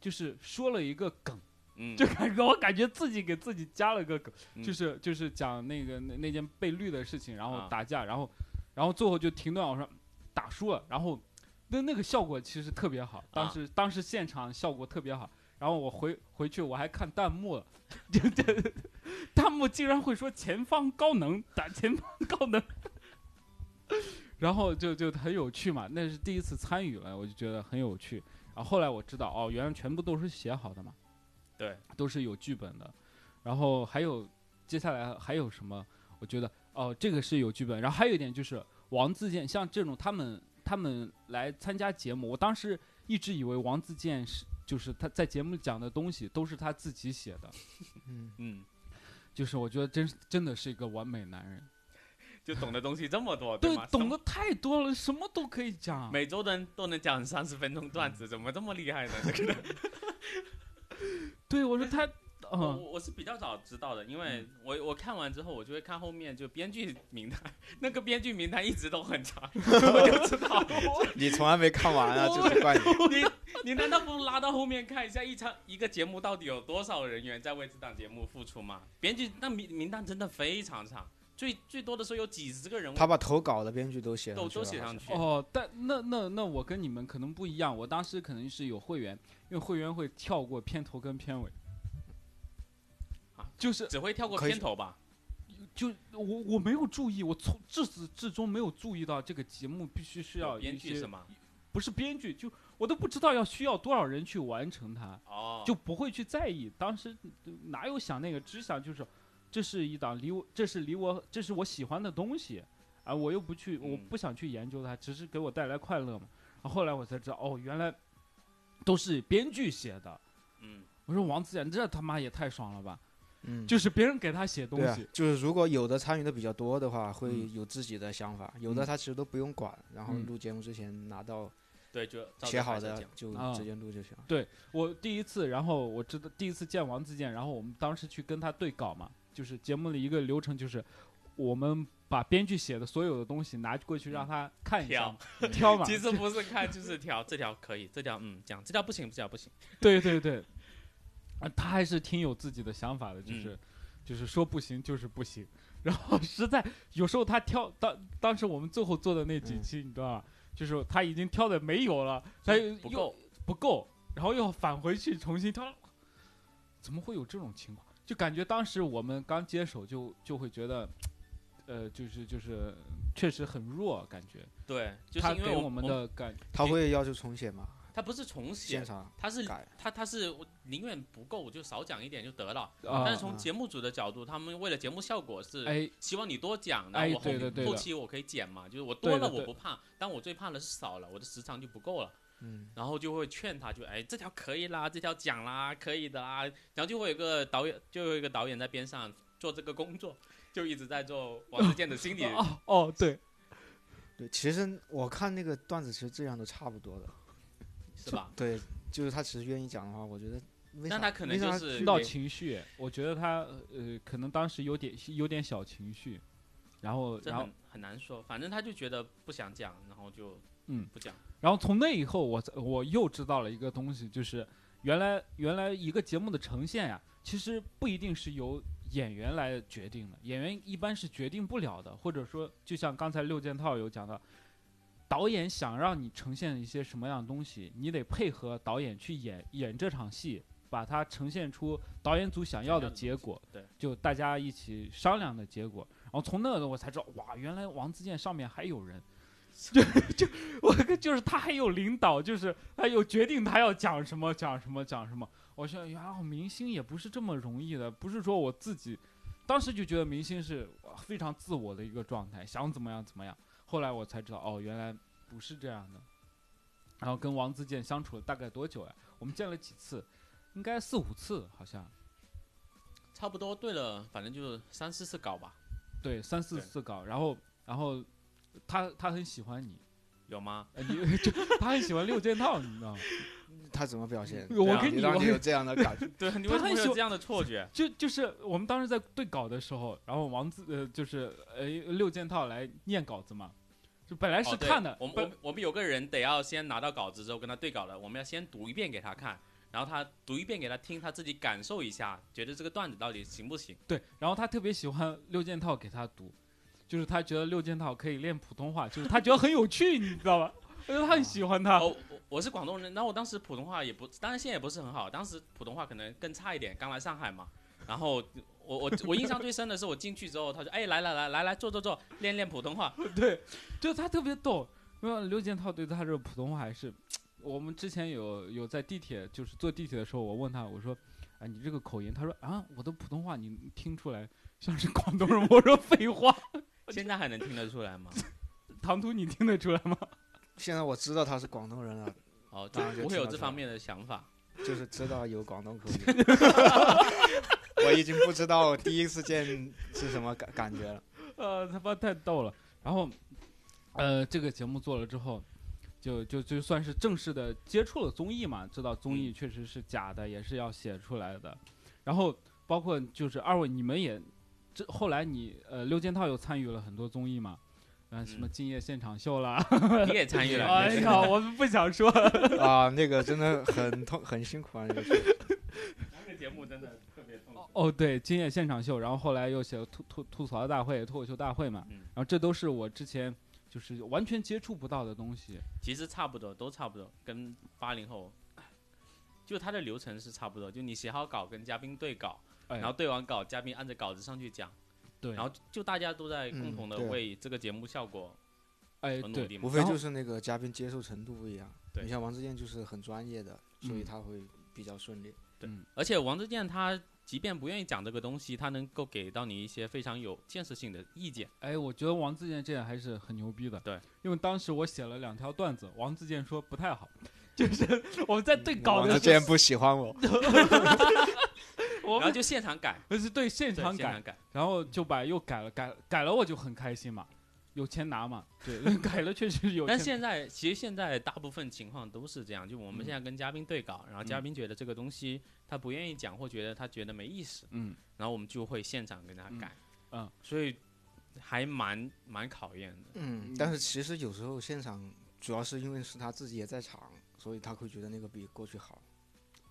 S1: 就是说了一个梗， [laughs]
S2: 嗯，
S1: 就感觉我感觉自己给自己加了个梗，
S2: 嗯
S1: 就是就是讲那个那那件被绿的事情，然后
S2: 啊
S1: 打架，然后然后最后就停顿，我说打输了，然后那那个效果其实特别好，当
S2: 啊
S1: 时、当时现场效果特别好，然后我回回去我还看弹幕 [laughs] 了，这这弹幕竟然会说前方高能，打前方高能。 [laughs] 然后就就很有趣嘛，那是第一次参与了，我就觉得很有趣。然后后来我知道，哦，原来全部都是写好的嘛，
S2: 对，
S1: 都是有剧本的。然后还有接下来还有什么？我觉得哦，这个是有剧本。然后还有一点就是王自健，像这种他们他们来参加节目，我当时一直以为王自健是就是他在节目讲的东西都是他自己写的，
S3: 嗯，
S2: 嗯，
S1: 就是我觉得真是真的是一个完美男人，
S2: 就懂的东西这
S1: [laughs]
S2: 么多，
S1: 对
S2: 吗？，
S1: 懂得太多了，什么都可以讲。
S2: 每周人都能讲三十分钟段
S1: 嗯
S2: 子，怎么这么
S1: [laughs]
S2: 厉害呢？这个人，
S1: 对我说他，
S2: 哦我
S1: 嗯，
S2: 我是比较早知道的，因为我我看完之后，我就会看后面就编剧名单， [laughs] 那个编剧名单一直都很长， [laughs] 我就知道。
S4: 你从来没看完啊，就
S2: [laughs]
S4: 是怪你。
S2: 你你难道不拉到后面看一下一场一个节目到底有多少人员在为这档节目付出吗？编剧那名名单真的非常长，最最多的时候有几十个人物
S4: 他把投稿的编剧都写
S2: 都
S4: 上去
S2: 都
S4: 了，
S2: 写上去。
S1: 哦，但那那那我跟你们可能不一样，我当时可能是有会员，因为会员会跳过片头跟片尾
S2: 啊，
S1: 就是
S2: 只会跳过
S4: 可以
S2: 片头吧？
S1: 就我我没有注意，我从至始至终没有注意到这个节目必须是要
S2: 有编
S1: 一
S2: 剧
S1: 些
S2: 是吗？
S1: 不是编剧，就我都不知道要需要多少人去完成它，
S2: 哦，
S1: 就不会去在意。当时呃哪有想那个，只想就是这是一档离我，这是离我，这是我喜欢的东西，啊，我又不去，我
S2: 嗯
S1: 不想去研究它，只是给我带来快乐嘛。啊后来我才知道，哦，原来都是编剧写的。
S2: 嗯，
S1: 我说王自然这他妈也太爽了吧！
S4: 嗯，
S1: 就是别人给他写东
S4: 对啊
S1: 西，，
S4: 就是如果有的参与的比较多的话，会
S1: 嗯
S4: 有自己的想法；有
S2: 嗯
S4: 的他其实都不用管，然后
S1: 嗯
S4: 录节目之前拿到
S2: 对，就照着
S4: 写好
S2: 拍摄
S4: 的
S2: 讲
S4: 就
S1: 啊
S4: 直接录就行。
S1: 我第一次，然后我知道第一次见王自健，然后我们当时去跟他对稿嘛，就是节目的一个流程，就是我们把编剧写的所有的东西拿过去让他看一下嘛， [laughs] 挑嘛。
S2: [laughs] 嗯其实不是看，就是调这条可以，这条嗯讲，这条不行，这条不行。
S1: 对对对，啊，他还是挺有自己的想法的，就是、
S2: 嗯
S1: 就是说不行就是不行。 [laughs] 然后实在有时候他挑当当时我们最后做的那几
S4: 嗯
S1: 期，你知道吧？就是他已经挑的没有了，他又
S2: 不够，
S1: 不够，然后又返回去重新挑，怎么会有这种情况？就感觉当时我们刚接手就就会觉得，呃，就是就是确实很弱，感觉、
S2: 对，就是
S1: 他
S2: 因
S1: 给
S2: 为
S1: 我们的感
S4: 他会要求重写吗？
S2: 他不是重写
S4: 现，场
S2: 他是
S4: 改？
S2: 他他是我宁愿不够，我就少讲一点就得了。
S1: 啊
S2: 但是从
S4: 啊
S2: 节目组的角度，他们为了节目效果是
S1: 哎
S2: 希望你多讲，然
S1: 哎
S2: 后我后
S1: 对的对的
S2: 后期我可以剪嘛，就是我
S1: 对
S2: 多
S1: 的
S2: 了我
S1: 对
S2: 不怕，但我最怕的是少了，我的时长就不够了。
S4: 嗯，
S2: 然后就会劝他就，哎，这条可以啦，这条讲啦，可以的啦。然后就会有一个导演，就有一个导演在边上做这个工作，就一直在做王自健的心理
S1: 哦哦对，
S4: 对，其实我看那个段子，其实这样都差不多的。
S2: 是吧？
S1: 哦
S4: 对，就是他其实愿意讲的话，我觉得为啥。
S2: 那他可能
S4: 为
S2: 就
S4: 啥区
S2: 是
S1: 听
S4: 别
S1: 到情绪，我觉得他呃可能当时有点有点小情绪，然后
S2: 这
S1: 然后
S2: 很很难说，反正他就觉得不想讲，然后就
S1: 嗯
S2: 不讲。
S1: 然后从那以后我才，我又知道了一个东西，就是原来原来一个节目的呈现呀、其实不一定是由演员来决定的，演员一般是决定不了的，或者说就像刚才六件套有讲到，导演想让你呈现一些什么样的东西，你得配合导演去演演这场戏，把它呈现出导演组想要的结果。
S2: 想要的东西
S1: 就大家一起商量的结果。然后从那个我才知道，哇，原来王自健上面还有人。就就我跟就是他还有领导，就是他有决定他要讲什么讲什么讲什么。我想，原来明星也不是这么容易的，不是说我自己，当时就觉得明星是哇非常自我的一个状态，想怎么样怎么样。后来我才知道，哦，原来不是这样的。然后跟王自健相处了大概多久呀、我们见了几次，应该四五次，好像
S2: 差不多，对了，反正就三四次搞吧。
S1: 对三四
S2: 对
S1: 次稿。然后然后他他很喜欢你，
S2: 有吗？
S1: 呃你 [laughs] 就他很喜欢六件套，你知道吗？
S3: 他怎么表现？
S1: [laughs] 我
S2: 啊
S1: 跟
S3: 你
S1: 你
S3: 让
S1: 我
S3: 你有这样的感觉，
S2: [laughs] 对你
S1: 他
S2: 为什么
S1: 很
S2: 会
S1: 喜
S2: 有
S1: 欢
S2: 这样的
S1: [laughs]
S2: 错觉？
S1: 就就是我们当时在对稿的时候，然后王自呃就是呃六件套来念稿子嘛，就本来是
S2: 哦对
S1: 看的，
S2: 我们我
S1: 本
S2: 们我们有个人得要先拿到稿子之后跟他对稿了，我们要先读一遍给他看，然后他读一遍给他听，他自己感受一下，觉得这个段子到底行不行？
S1: 对，然后他特别喜欢六件套给他读，就是他觉得六件套可以练普通话，就是他觉得很有趣，你知道吧？我觉得他很喜欢他。
S2: 哦，我我是广东人，然后我当时普通话也不，当然现在也不是很好，当时普通话可能更差一点，刚来上海嘛。然后我我我印象最深的是我进去之后，他说：“哎，来来来来来，坐坐坐，练练普通话。
S1: 对，就他特别逗。因为刘建涛对他这个普通话还是，我们之前有有在地铁，就是坐地铁的时候，我问他，我说，啊，你这个口音，他说啊，我的普通话你听出来像是广东人吗，我说废话，”
S2: 现在还能听得出来吗？
S1: 唐突你听得出来吗？
S3: 现在我知道他是广东人了，
S2: 哦，就
S3: 当然就
S2: 不会有
S3: 听得
S2: 这
S3: 出
S2: 方
S3: 来
S2: 面的想法。
S3: 就是知道有广东口
S4: [laughs]
S3: 音。
S4: 我已经不知道我第一次见是什么感感觉了。
S1: [laughs] 呃，他妈太逗了。然后，呃，这个节目做了之后，就就就算是正式的接触了综艺嘛，知道综艺确实是假的，也是要写出来的。然后包括就是二位，你们也这后来你呃六件套又参与了很多综艺嘛，嗯、什么
S2: 嗯
S1: 今夜现场秀啦， [laughs]
S2: 你也参与了，
S1: 哎
S2: [laughs]
S1: 呀，我们不想说，
S4: 啊，那个真的很痛，很辛苦啊！那个确实
S2: 那个节目真的特别痛苦。
S1: 哦，对，今夜现场秀，然后后来又写了吐吐吐槽大会、脱口秀大会嘛，
S2: 嗯
S1: 然后这都是我之前就是完全接触不到的东西。
S2: 其实差不多，都差不多，跟八零后，就它的流程是差不多，就你写好稿跟嘉宾对稿，
S1: 哎
S2: 然后对完稿，嘉宾按着稿子上去讲，
S1: 对，
S2: 然后就大家都在共同的
S4: 嗯对
S2: 为这个节目效果
S1: 哎
S2: 而努
S1: 对，
S2: 力嘛
S3: 无。非就是那个嘉宾接受程度不一样。
S2: 对
S3: 你像王自健就是很专业的，所以
S1: 嗯
S3: 他会比较顺利。
S2: 而且王自健他即便不愿意讲这个东西，他能够给到你一些非常有建设性的意见。
S1: 哎，我觉得王自健这样还是很牛逼的。
S2: 对，
S1: 因为当时我写了两条段子，王自健说不太好， [laughs] 就是
S2: 嗯
S1: 我们在对
S3: 嗯
S1: 稿
S4: 王
S1: 的
S4: 自
S1: 时
S4: 健不喜
S1: [laughs]
S4: 欢我，
S1: 候，我
S2: 然后
S1: 们
S2: 就现场改，
S1: 就是对 [laughs] 现
S2: 对
S1: 场
S2: 现
S1: 改
S2: 场，改，
S1: 然后就把又改了，改了改了我就很开心嘛，有钱拿嘛，对， [laughs] 改了确实有钱。
S2: 但现在其实现在大部分情况都是这样，就我们
S1: 嗯
S2: 现在跟嘉宾对稿，然后嘉宾觉得这个东西他不愿意讲，或觉得他觉得没意思，
S1: 嗯，
S2: 然后我们就会现场跟他
S1: 嗯
S2: 改，
S1: 嗯
S2: 所以还蛮蛮考验的。
S3: 嗯，但是其实有时候现场主要是因为是他自己也在场，所以他会觉得那个比过去好。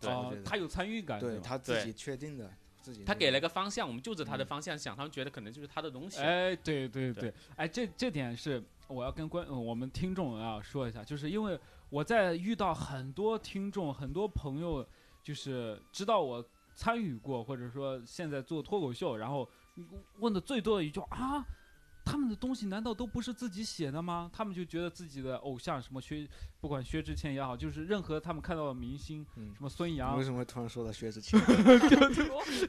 S2: 对
S1: 哦
S3: 我觉得
S1: 他有参与感，
S3: 对
S1: 是吧
S3: 他自
S2: 对
S3: 己确定的，自己
S2: 他
S3: 那
S2: 给了
S3: 个
S2: 个方向，我们就着他的方向想，他们觉得可能就是他的东西。
S1: 哎，对对对，
S2: 对
S1: 哎，这这点是我要跟观、呃我们听众啊说一下，就是因为我在遇到很多听众、很多朋友，就是知道我参与过，或者说现在做脱口秀，然后问的最多的一句啊。他们的东西难道都不是自己写的吗？他们就觉得自己的偶像什么薛，不管薛之谦也好，就是任何他们看到的明星，
S3: 嗯
S1: 什么孙
S3: 你
S1: 杨啊
S3: 为，什么会突然说到
S1: [laughs]
S3: 薛之谦？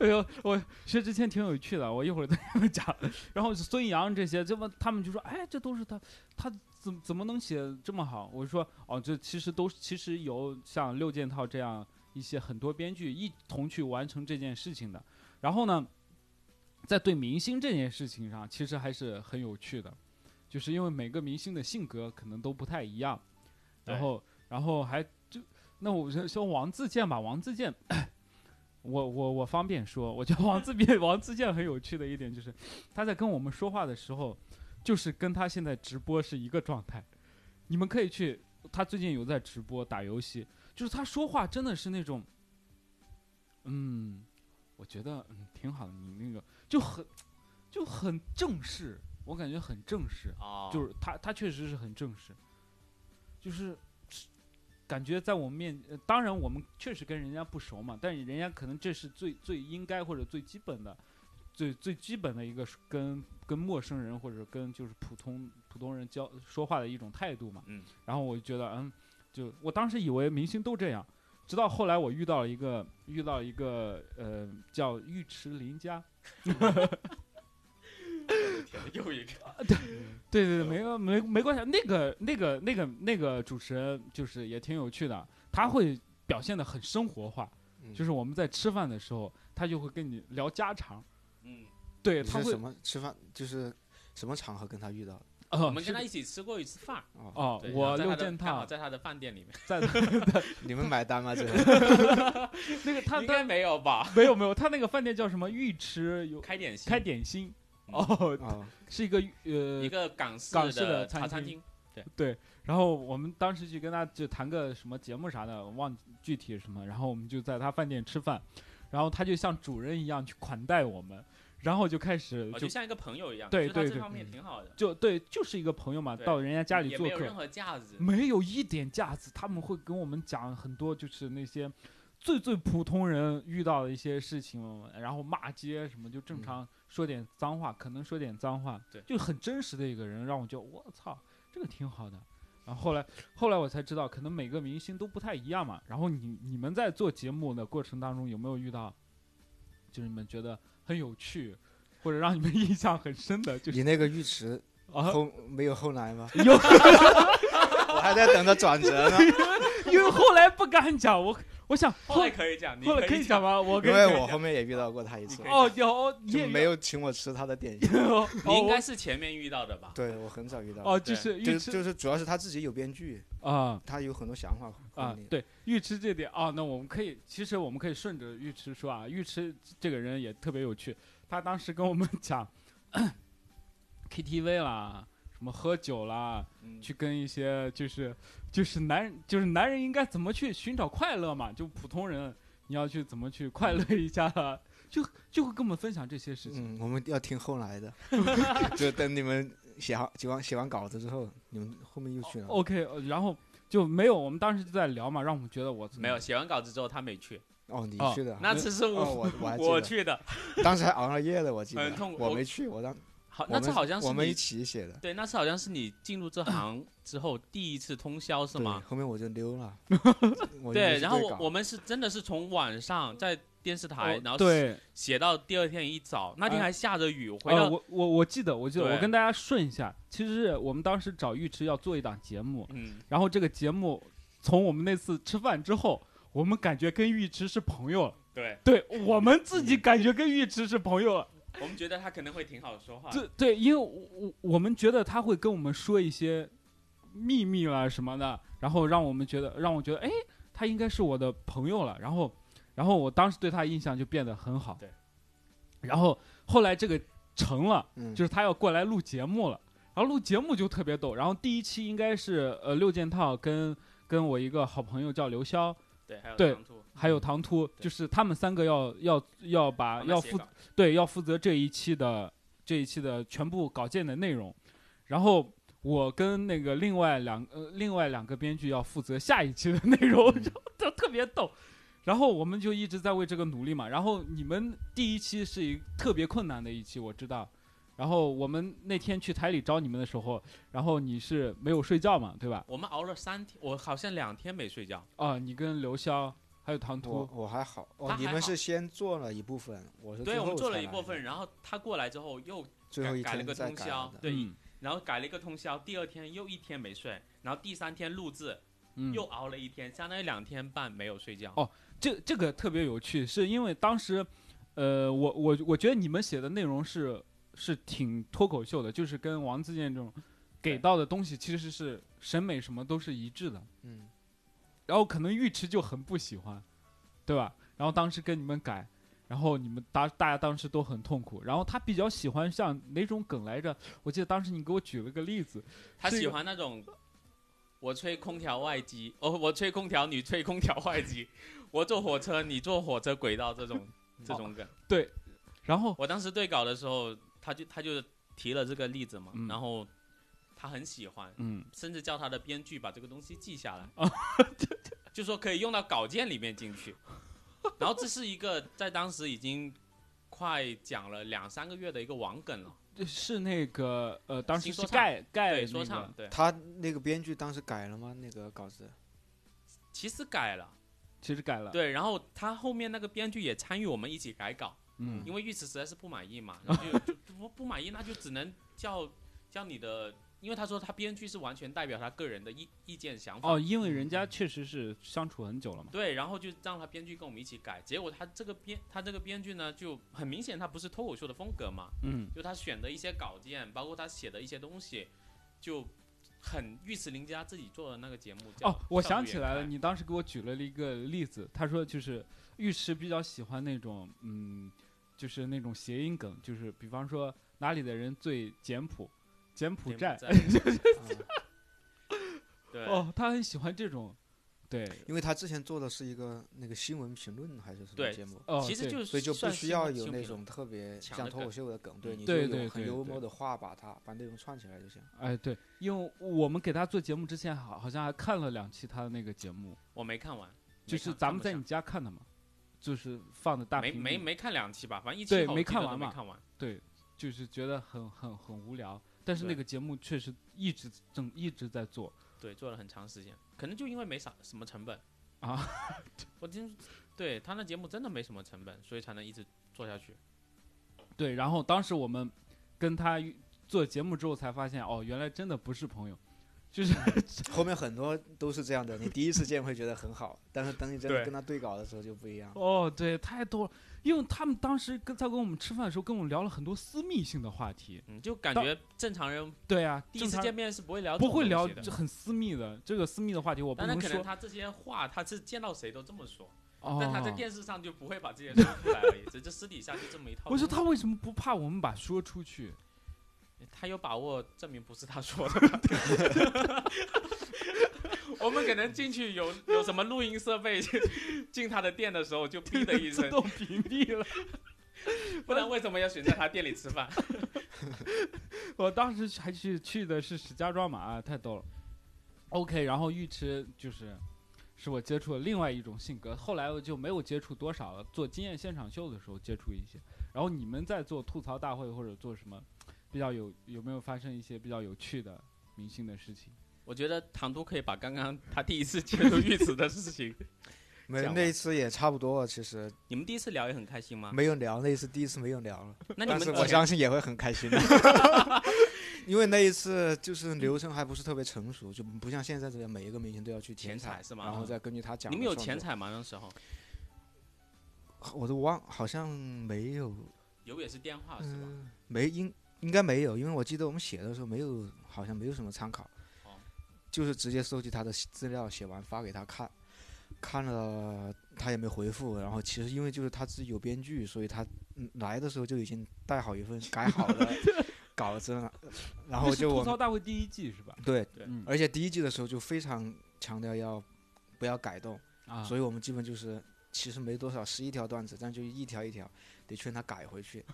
S1: 哎呦，我薛之谦挺有趣的，我一会儿再跟他讲。然后孙杨这些，这么他们就说，哎，这都是他，他怎怎么能写这么好？我说，哦，这其实都其实有像六件套这样一些很多编剧一同去完成这件事情的。然后呢，在对明星这件事情上，其实还是很有趣的，就是因为每个明星的性格可能都不太一样，然
S2: 对
S1: 后然后还就那我就说王自健吧，王自健。我我我方便说，我觉得王自健王自健很有趣的一点就是，他在跟我们说话的时候，就是跟他现在直播是一个状态。你们可以去，他最近有在直播打游戏，就是他说话真的是那种，嗯，我觉得嗯挺好的，你那个就很就很正式，我感觉很正式，
S2: 哦，
S1: 就是他他确实是很正式，就是感觉在我们面，呃当然我们确实跟人家不熟嘛，但是人家可能这是最最应该或者最基本的，最最基本的一个是跟跟陌生人或者跟就是普通普通人交说话的一种态度嘛。
S2: 嗯。
S1: 然后我就觉得，嗯，就我当时以为明星都这样，直到后来我遇到了一个遇到一个呃叫尉迟林佳，
S2: [laughs] 又一个
S1: 对对对，没有没没关系。那个那个那个那个主持人就是也挺有趣的，他会表现的很生活化，
S3: 嗯
S1: [laughs] 就是我们在吃饭的时候，他就会跟你聊家常，
S2: 嗯，
S1: 对
S3: 你
S1: 他
S3: 是
S1: 会
S3: 什么吃饭就是什么场合跟他遇到的？
S2: 我
S1: 哦，
S2: 们
S1: 是
S2: 跟他一起吃过一次饭。
S1: 哦
S2: 对，然
S1: 我
S2: 后在
S1: 六
S2: 他的
S1: 件
S2: 刚好
S1: 套
S2: 在他的饭店里面，
S1: 在
S2: [laughs]
S4: 你们买单吗？这
S1: [laughs] 那个他
S2: 应该
S1: 他
S2: 没有吧？
S1: 没有没有，他那个饭店叫什么？浴池有
S2: 开点心，嗯
S1: 开点心。哦，
S4: 哦，
S1: 是一个
S2: 一
S1: 呃，
S2: 个港式
S1: 港式的
S2: 的
S1: 餐
S2: 茶餐
S1: 厅
S2: 厅，
S1: 然后我们当时去跟他就谈个什么节目啥的，我忘记具体什么，然后我们就在他饭店吃饭，然后他就像主人一样去款待我们，然后就开始
S2: 哦
S1: 就
S2: 就像一个朋友一样，
S1: 对
S2: 就他
S1: 对
S2: 这
S1: 对
S2: 方面
S4: 嗯
S2: 挺好的，
S1: 就对，就是一个朋友嘛，
S2: 对
S1: 到人家家里
S2: 也
S1: 做
S2: 没有任
S1: 客，
S2: 何架子，
S1: 没有一点架子，他们会跟我们讲很多就是那些最最普通人遇到的一些事情，然后骂街什么，就正常说点脏话，可能说点脏话，
S2: 嗯对
S1: 就很真实的一个人，让我觉得我操，这个挺好的。然后后来，后来我才知道，可能每个明星都不太一样嘛。然后你你们在做节目的过程当中，有没有遇到，就是你们觉得很有趣，或者让你们 [laughs] 印象很深的，就是
S4: 你那个浴池
S1: 啊，
S4: 后没有后来吗？
S3: [laughs]
S1: 有
S4: 我还在等着转折呢，
S1: 因为后来不敢讲，我我想后
S2: 后来可以讲，你
S1: 后来可
S2: 可
S1: 以讲吗？我可
S4: 因
S1: 以
S4: 为
S1: 讲
S4: 我后面也遇到过他一次，
S1: 哦有你
S4: 就
S1: 也
S4: 没有请我吃他的点心。
S1: 有，
S2: 你应
S1: [laughs]
S2: 该
S1: 哦
S2: 是前面遇到的吧？
S4: 对我很少遇到
S1: 哦
S4: 过，
S1: 就是
S4: 就
S1: 浴池
S4: 就是主要是他自己有编剧，
S1: 啊
S4: 他有很多想法
S1: 啊
S4: 和你。
S1: 对浴池这点啊，那我们可以其实我们可以顺着浴池说啊，浴池这个人也特别有趣，他当时跟我们 [laughs] 讲 KTV 啦，什么喝酒啦，
S4: 嗯
S1: 去跟一些就是就是男就是男人应该怎么去寻找快乐嘛，就普通人你要去怎么去快乐一下啦，就就会跟我们分享这些事情。
S4: 嗯，我们要听
S2: [laughs]
S4: 后来的，就等你们写好写完写完稿子之后，你们后面又去
S2: 哦
S4: 了。
S1: OK，呃然后就没有，我们当时就在聊嘛，让我们觉得我
S2: 没有，写完稿子之后他没去，
S4: 哦，你
S1: 哦
S4: 去的啊，
S2: 那次是
S4: 哦，
S2: 我
S4: 我
S2: [laughs]
S4: 我还
S2: 我
S4: 记
S2: 去的，
S4: 得，当时还熬了夜的，我记得
S2: 很痛苦，
S4: 我
S2: 我
S4: 没去，我当
S2: 好，
S4: 我
S2: 那
S4: 们
S2: 次好像是
S4: 我们
S2: 你
S4: 一起写的，
S2: 对，那次好像是你进入这行之后第一次通宵是
S4: 对，
S2: 吗？
S4: 后面我就溜
S2: [laughs]
S4: 了，我就
S2: 对，
S4: 去
S2: 然后
S4: 对哦
S2: 我
S4: 稿
S2: 我们是真的是从晚上在电视台，然后
S1: 哦对，
S2: 写到第二天一早，那天
S4: 嗯
S1: 呃
S2: 还下着雨，回
S1: 呃，
S2: 到
S1: 我我我记得，我记得，
S2: 对
S1: 我跟大家顺一下，其实是我们当时找尉迟要做一档节目，
S2: 嗯，
S1: 然后这个节目从我们那次吃饭之后，我们感觉跟尉迟是朋友了，
S2: 对，
S1: 对我们自己感觉跟尉迟是朋友了，
S2: 我们觉得他可能会挺好说话，
S1: 对对，因为我我我们觉得他会跟我们说一些秘密啦什么的，然后让我们觉得让我觉得，哎，他应该是我的朋友了。然后，然后我当时对他印象就变得很好。
S2: 对。
S1: 然后后来这个成了，
S4: 嗯
S1: 就是他要过来录节目了。然后录节目就特别逗。然后第一期应该是呃六件套跟跟我一个好朋友叫刘潇，
S2: 对，还有
S1: 对
S2: 唐突，
S1: 还有唐突，就是他们三个要要要把
S2: 嗯帮他
S1: 要
S2: 写
S1: 负
S2: 稿
S1: 对，要负责这一期的这一期的全部稿件的内容，然后我跟那个另外两呃另外两个编剧要负责下一期的内容，
S4: 嗯
S1: 然后 [laughs] 就特别逗。然后我们就一直在为这个努力嘛。然后你们第一期是一特别困难的一期，我知道。然后我们那天去台里找你们的时候，然后你是没有睡觉嘛，对吧？
S2: 我们熬了三天，我好像两天没睡觉，
S1: 啊，你跟刘潇还有唐
S4: 我
S1: 突，
S4: 我还好，哦
S2: 他，
S4: 你
S2: 还
S4: 们
S2: 好
S4: 是先做了一部分，我是
S2: 对
S4: 最
S2: 我们
S4: 后
S2: 做了
S4: 才
S2: 一
S4: 来
S2: 部
S4: 的
S2: 分，然后他过来之后又
S4: 最
S2: 改
S4: 后一
S2: 改了
S4: 天
S2: 个
S4: 再
S2: 通
S4: 改
S2: 宵
S4: 了，的。
S2: 对，
S1: 嗯
S2: 然后改了一个通宵，第二天又一天没睡，然后第三天录制
S1: 嗯，
S2: 又熬了一天，相当于两天半没有睡觉。
S1: 哦这这个特别有趣，是因为当时，呃，我我我觉得你们写的内容是是挺脱口秀的，就是跟王自健这种给
S2: 对
S1: 到的东西其实是审美什么都是一致的。
S4: 嗯，
S1: 然后可能尉迟就很不喜欢，对吧？然后当时跟你们改，然后你们大大家当时都很痛苦。然后他比较喜欢像哪种梗来着？我记得当时你给我举了个例子，
S2: 他
S1: 这
S2: 喜
S1: 个
S2: 欢那种，我吹空调外机，哦，我吹空调，你吹空调外机， [laughs] 我坐火车，你坐火车轨道这种
S1: 嗯
S2: 这种梗。
S1: 然后
S2: 我当时对稿的时候，他就他就提了这个例子嘛，
S1: 嗯
S2: 然后他很喜欢，
S1: 嗯，
S2: 甚至叫他的编剧把这个东西记下来，
S1: 哦 [laughs]
S2: 就说可以用到稿件里面进去。然后这是一个在当时已经快讲了两三个月的一个网梗了，
S1: 是那个呃，当时
S2: 新
S1: 是
S2: 说唱
S1: 盖盖、那
S2: 对，
S1: 个、
S2: 说唱，对，
S4: 他那个编剧当时改了吗？那个
S2: [laughs]
S4: 稿子？
S2: 其实改了，
S1: 其实改了，
S2: 对，然后他后面那个编剧也参与我们一起改稿，
S1: 嗯，
S2: 因为尉迟实在是不满意嘛，然后就就就不不满意，那就只能叫叫你的，因为他说他编剧是完全代表他个人的意意见想法，
S1: 哦，因为人家确实是相处很久了嘛。
S2: 对，然后就让他编剧跟我们一起改，结果他这个编他这个编剧呢，就很明显他不是脱口秀的风格嘛，
S1: 嗯
S2: 就他选的一些稿件，包括他写的一些东西，就很尉迟林家自己做的那个节目叫
S1: 哦，我
S2: 少
S1: 想
S2: 女
S1: 起
S2: 也
S1: 来了，
S2: 快
S1: 你当时给我举了一个例子，他说就是尉迟比较喜欢那种，嗯，就是那种谐音梗，就是比方说哪里的人最简朴，柬埔寨，
S2: 柬
S1: [laughs]
S2: 埔寨
S4: 啊
S2: 对，
S1: 哦，他很喜欢这种，对，
S4: 因为他之前做的是一个那个新闻评论还是什么
S2: 对
S4: 节目，
S1: 哦，
S2: 其实
S1: 对
S2: 就是
S4: 所以就不
S2: 算
S4: 需
S2: 新
S4: 要
S2: 闻
S4: 有
S2: 新
S4: 那
S2: 闻
S4: 种特别
S2: 抢
S4: 像
S2: 的
S4: 脱口
S2: 梗
S4: 秀的梗，
S2: 嗯
S4: 对，你就
S1: 对对
S4: 有很
S1: 对
S4: 幽
S1: 对
S4: 默的话把它把内容串起来
S2: [laughs]
S4: 就行。
S1: 哎，对，因为我们给他做节目之前，好好像还看了两期他的那个节目，
S2: 我没看完，
S1: 就
S2: 没
S1: 是
S2: 看
S1: 咱
S2: 看
S1: 们
S2: 不
S1: 在
S2: 上
S1: 你家看的嘛，就是放的大
S2: 没
S1: 屏
S2: 没
S1: 幕
S2: 没看两期吧，反正一
S1: 对
S2: 期后
S1: 没
S2: 我记
S1: 看
S2: 得都
S1: 完
S2: 没
S1: 嘛
S2: 看完，
S1: 对，就是觉得很很很无聊，但是那
S2: 对
S1: 个节目确实一直正一直在做，
S2: 对，做了很长时间，可能就因为没啥什么成本
S1: 啊，
S2: 我听，对他那节目真的没什么成本，所以才能一直做下去。
S1: 对，然后当时我们跟他做节目之后才发现，哦，原来真的不是朋友，就是
S2: [laughs]
S4: 后面很多都是这样的，你第一次见会觉得很好，但是等你真的
S2: 对
S4: 跟他对稿的时候就不一样了。
S1: 哦，对，太多了，因为他们当时跟在跟我们吃饭的时候，跟我们聊了很多私密性的话题。
S2: 嗯，就感
S1: 到
S2: 觉正常人
S1: 对啊，
S2: 第一次
S1: 正常
S2: 见面是不会聊这
S1: 不
S2: 种
S1: 会
S2: 东
S1: 聊
S2: 西的
S1: 这很私密的这个私密的话题，我不
S2: 当然，
S1: 能
S2: 可能
S1: 说。
S2: 他这些话他是见到谁都这么说，
S1: 哦，
S2: 但他在电视上就不会把这些说出来而已，只是私底下就这么一套东
S1: 我
S2: 西。
S1: 说他为什么不怕我们把说出去？
S2: 他有把握证明不是他说的吧？ [laughs] 我们可能进去有有什么录音设备，进他的店的时候就哔的一
S1: 自
S2: [laughs] 声，
S1: 动屏蔽了。
S2: 不然为什么要选在他店里吃饭？
S1: 我当时还去去的是石家庄嘛，啊，太逗了。OK，然后尉迟就是是我接触的另外一种性格，后来我就没有接触多少了。做经验现场秀的时候接触一些，然后你们在做吐槽大会或者做什么比较有有没有发生一些比较有趣的明星的事情？
S2: 我觉得唐都可以把刚刚他第一次接触玉池的事情，
S4: 没
S2: 讲，吧
S4: 那一次也差不多了，其实
S2: [laughs] 你们第一次聊也很开心吗？
S4: 没有聊，那一次第一次没有聊了，
S2: 那你
S4: 但
S2: 们
S4: 是
S2: 之
S4: 我
S2: 前
S4: 相信也会很开
S2: [laughs]
S4: 心的，因为那一次就是流程还不是特别成熟，就不像现在这样每一个明星都要去
S2: 剪彩
S4: 彩
S2: 是吗
S4: 然后再根据他讲。
S2: 你们有钱？彩吗？那时候
S4: 我都忘，好像没有，
S2: 有也是电话是吧？
S4: 嗯，没应应该没有，因为我记得我们写的时候没有，好像没有什么参考
S2: 哦，
S4: 就是直接收集他的资料，写完发给他看，看了他也没回复。然后其实因为就是他自己有编剧，所以他嗯来的时候就已经带好一份改好的稿子
S1: [laughs]
S4: 了，然
S1: 那
S4: 后
S1: 是
S4: 啊就我
S1: 吐槽
S4: 们
S1: 大会第一季是吧？
S4: 对，
S1: 嗯
S4: 而且第一季的时候就非常强调要不要改动，
S1: 啊，
S4: 所以我们基本就是其实没多少，十一条段子，但就一条一条得劝他改回去。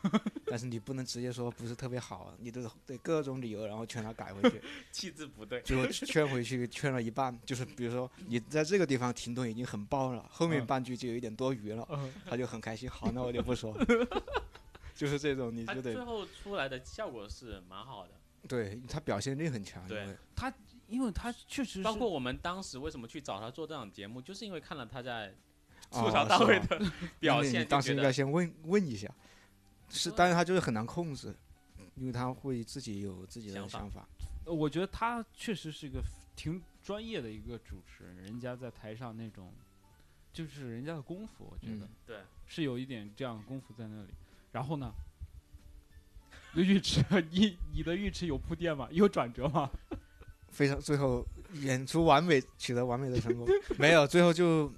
S4: 但是你不能直接说不是特别好，你得得各种理由，然后劝他改回去。
S2: 气质不对，
S4: 结果劝回去，劝了一半，就是比如说你在这个地方停顿已经很爆了，后面
S1: 嗯
S4: 半句就有一点多余了，
S1: 嗯
S4: 他就很开心。好，那我就不说。 [laughs] 就是这种，你
S2: 他
S4: 就
S2: 最
S4: 得
S2: 后出来的效果是蛮好的。
S4: 对他表现力很强，因
S2: 对
S4: 为
S1: 因为他确实是
S2: 包括我们当时为什么去找他做这档节目，就是因为看了他在
S4: 哦
S2: 吐槽大会
S4: 是吧
S2: 的
S4: 那
S2: 表
S4: 你
S2: 现，
S4: 当
S2: 就
S4: 时
S2: 觉
S4: 应该
S2: 得
S4: 先问问一下，是，
S2: 对
S4: 但是他就是很难控制，因为他会自己有自己的
S2: 想法
S4: 想法。
S1: 呃我觉得他确实是一个挺专业的一个主持人，人家在台上那种，就是人家的功夫，我觉得、
S4: 嗯
S2: 对
S1: 是有一点这样的功夫在那里。然后呢，浴池，你你的浴池有铺垫吗？有转折吗？
S4: 非常最后演出完美，取得完美的成
S2: [laughs]
S4: 功。没有，最后就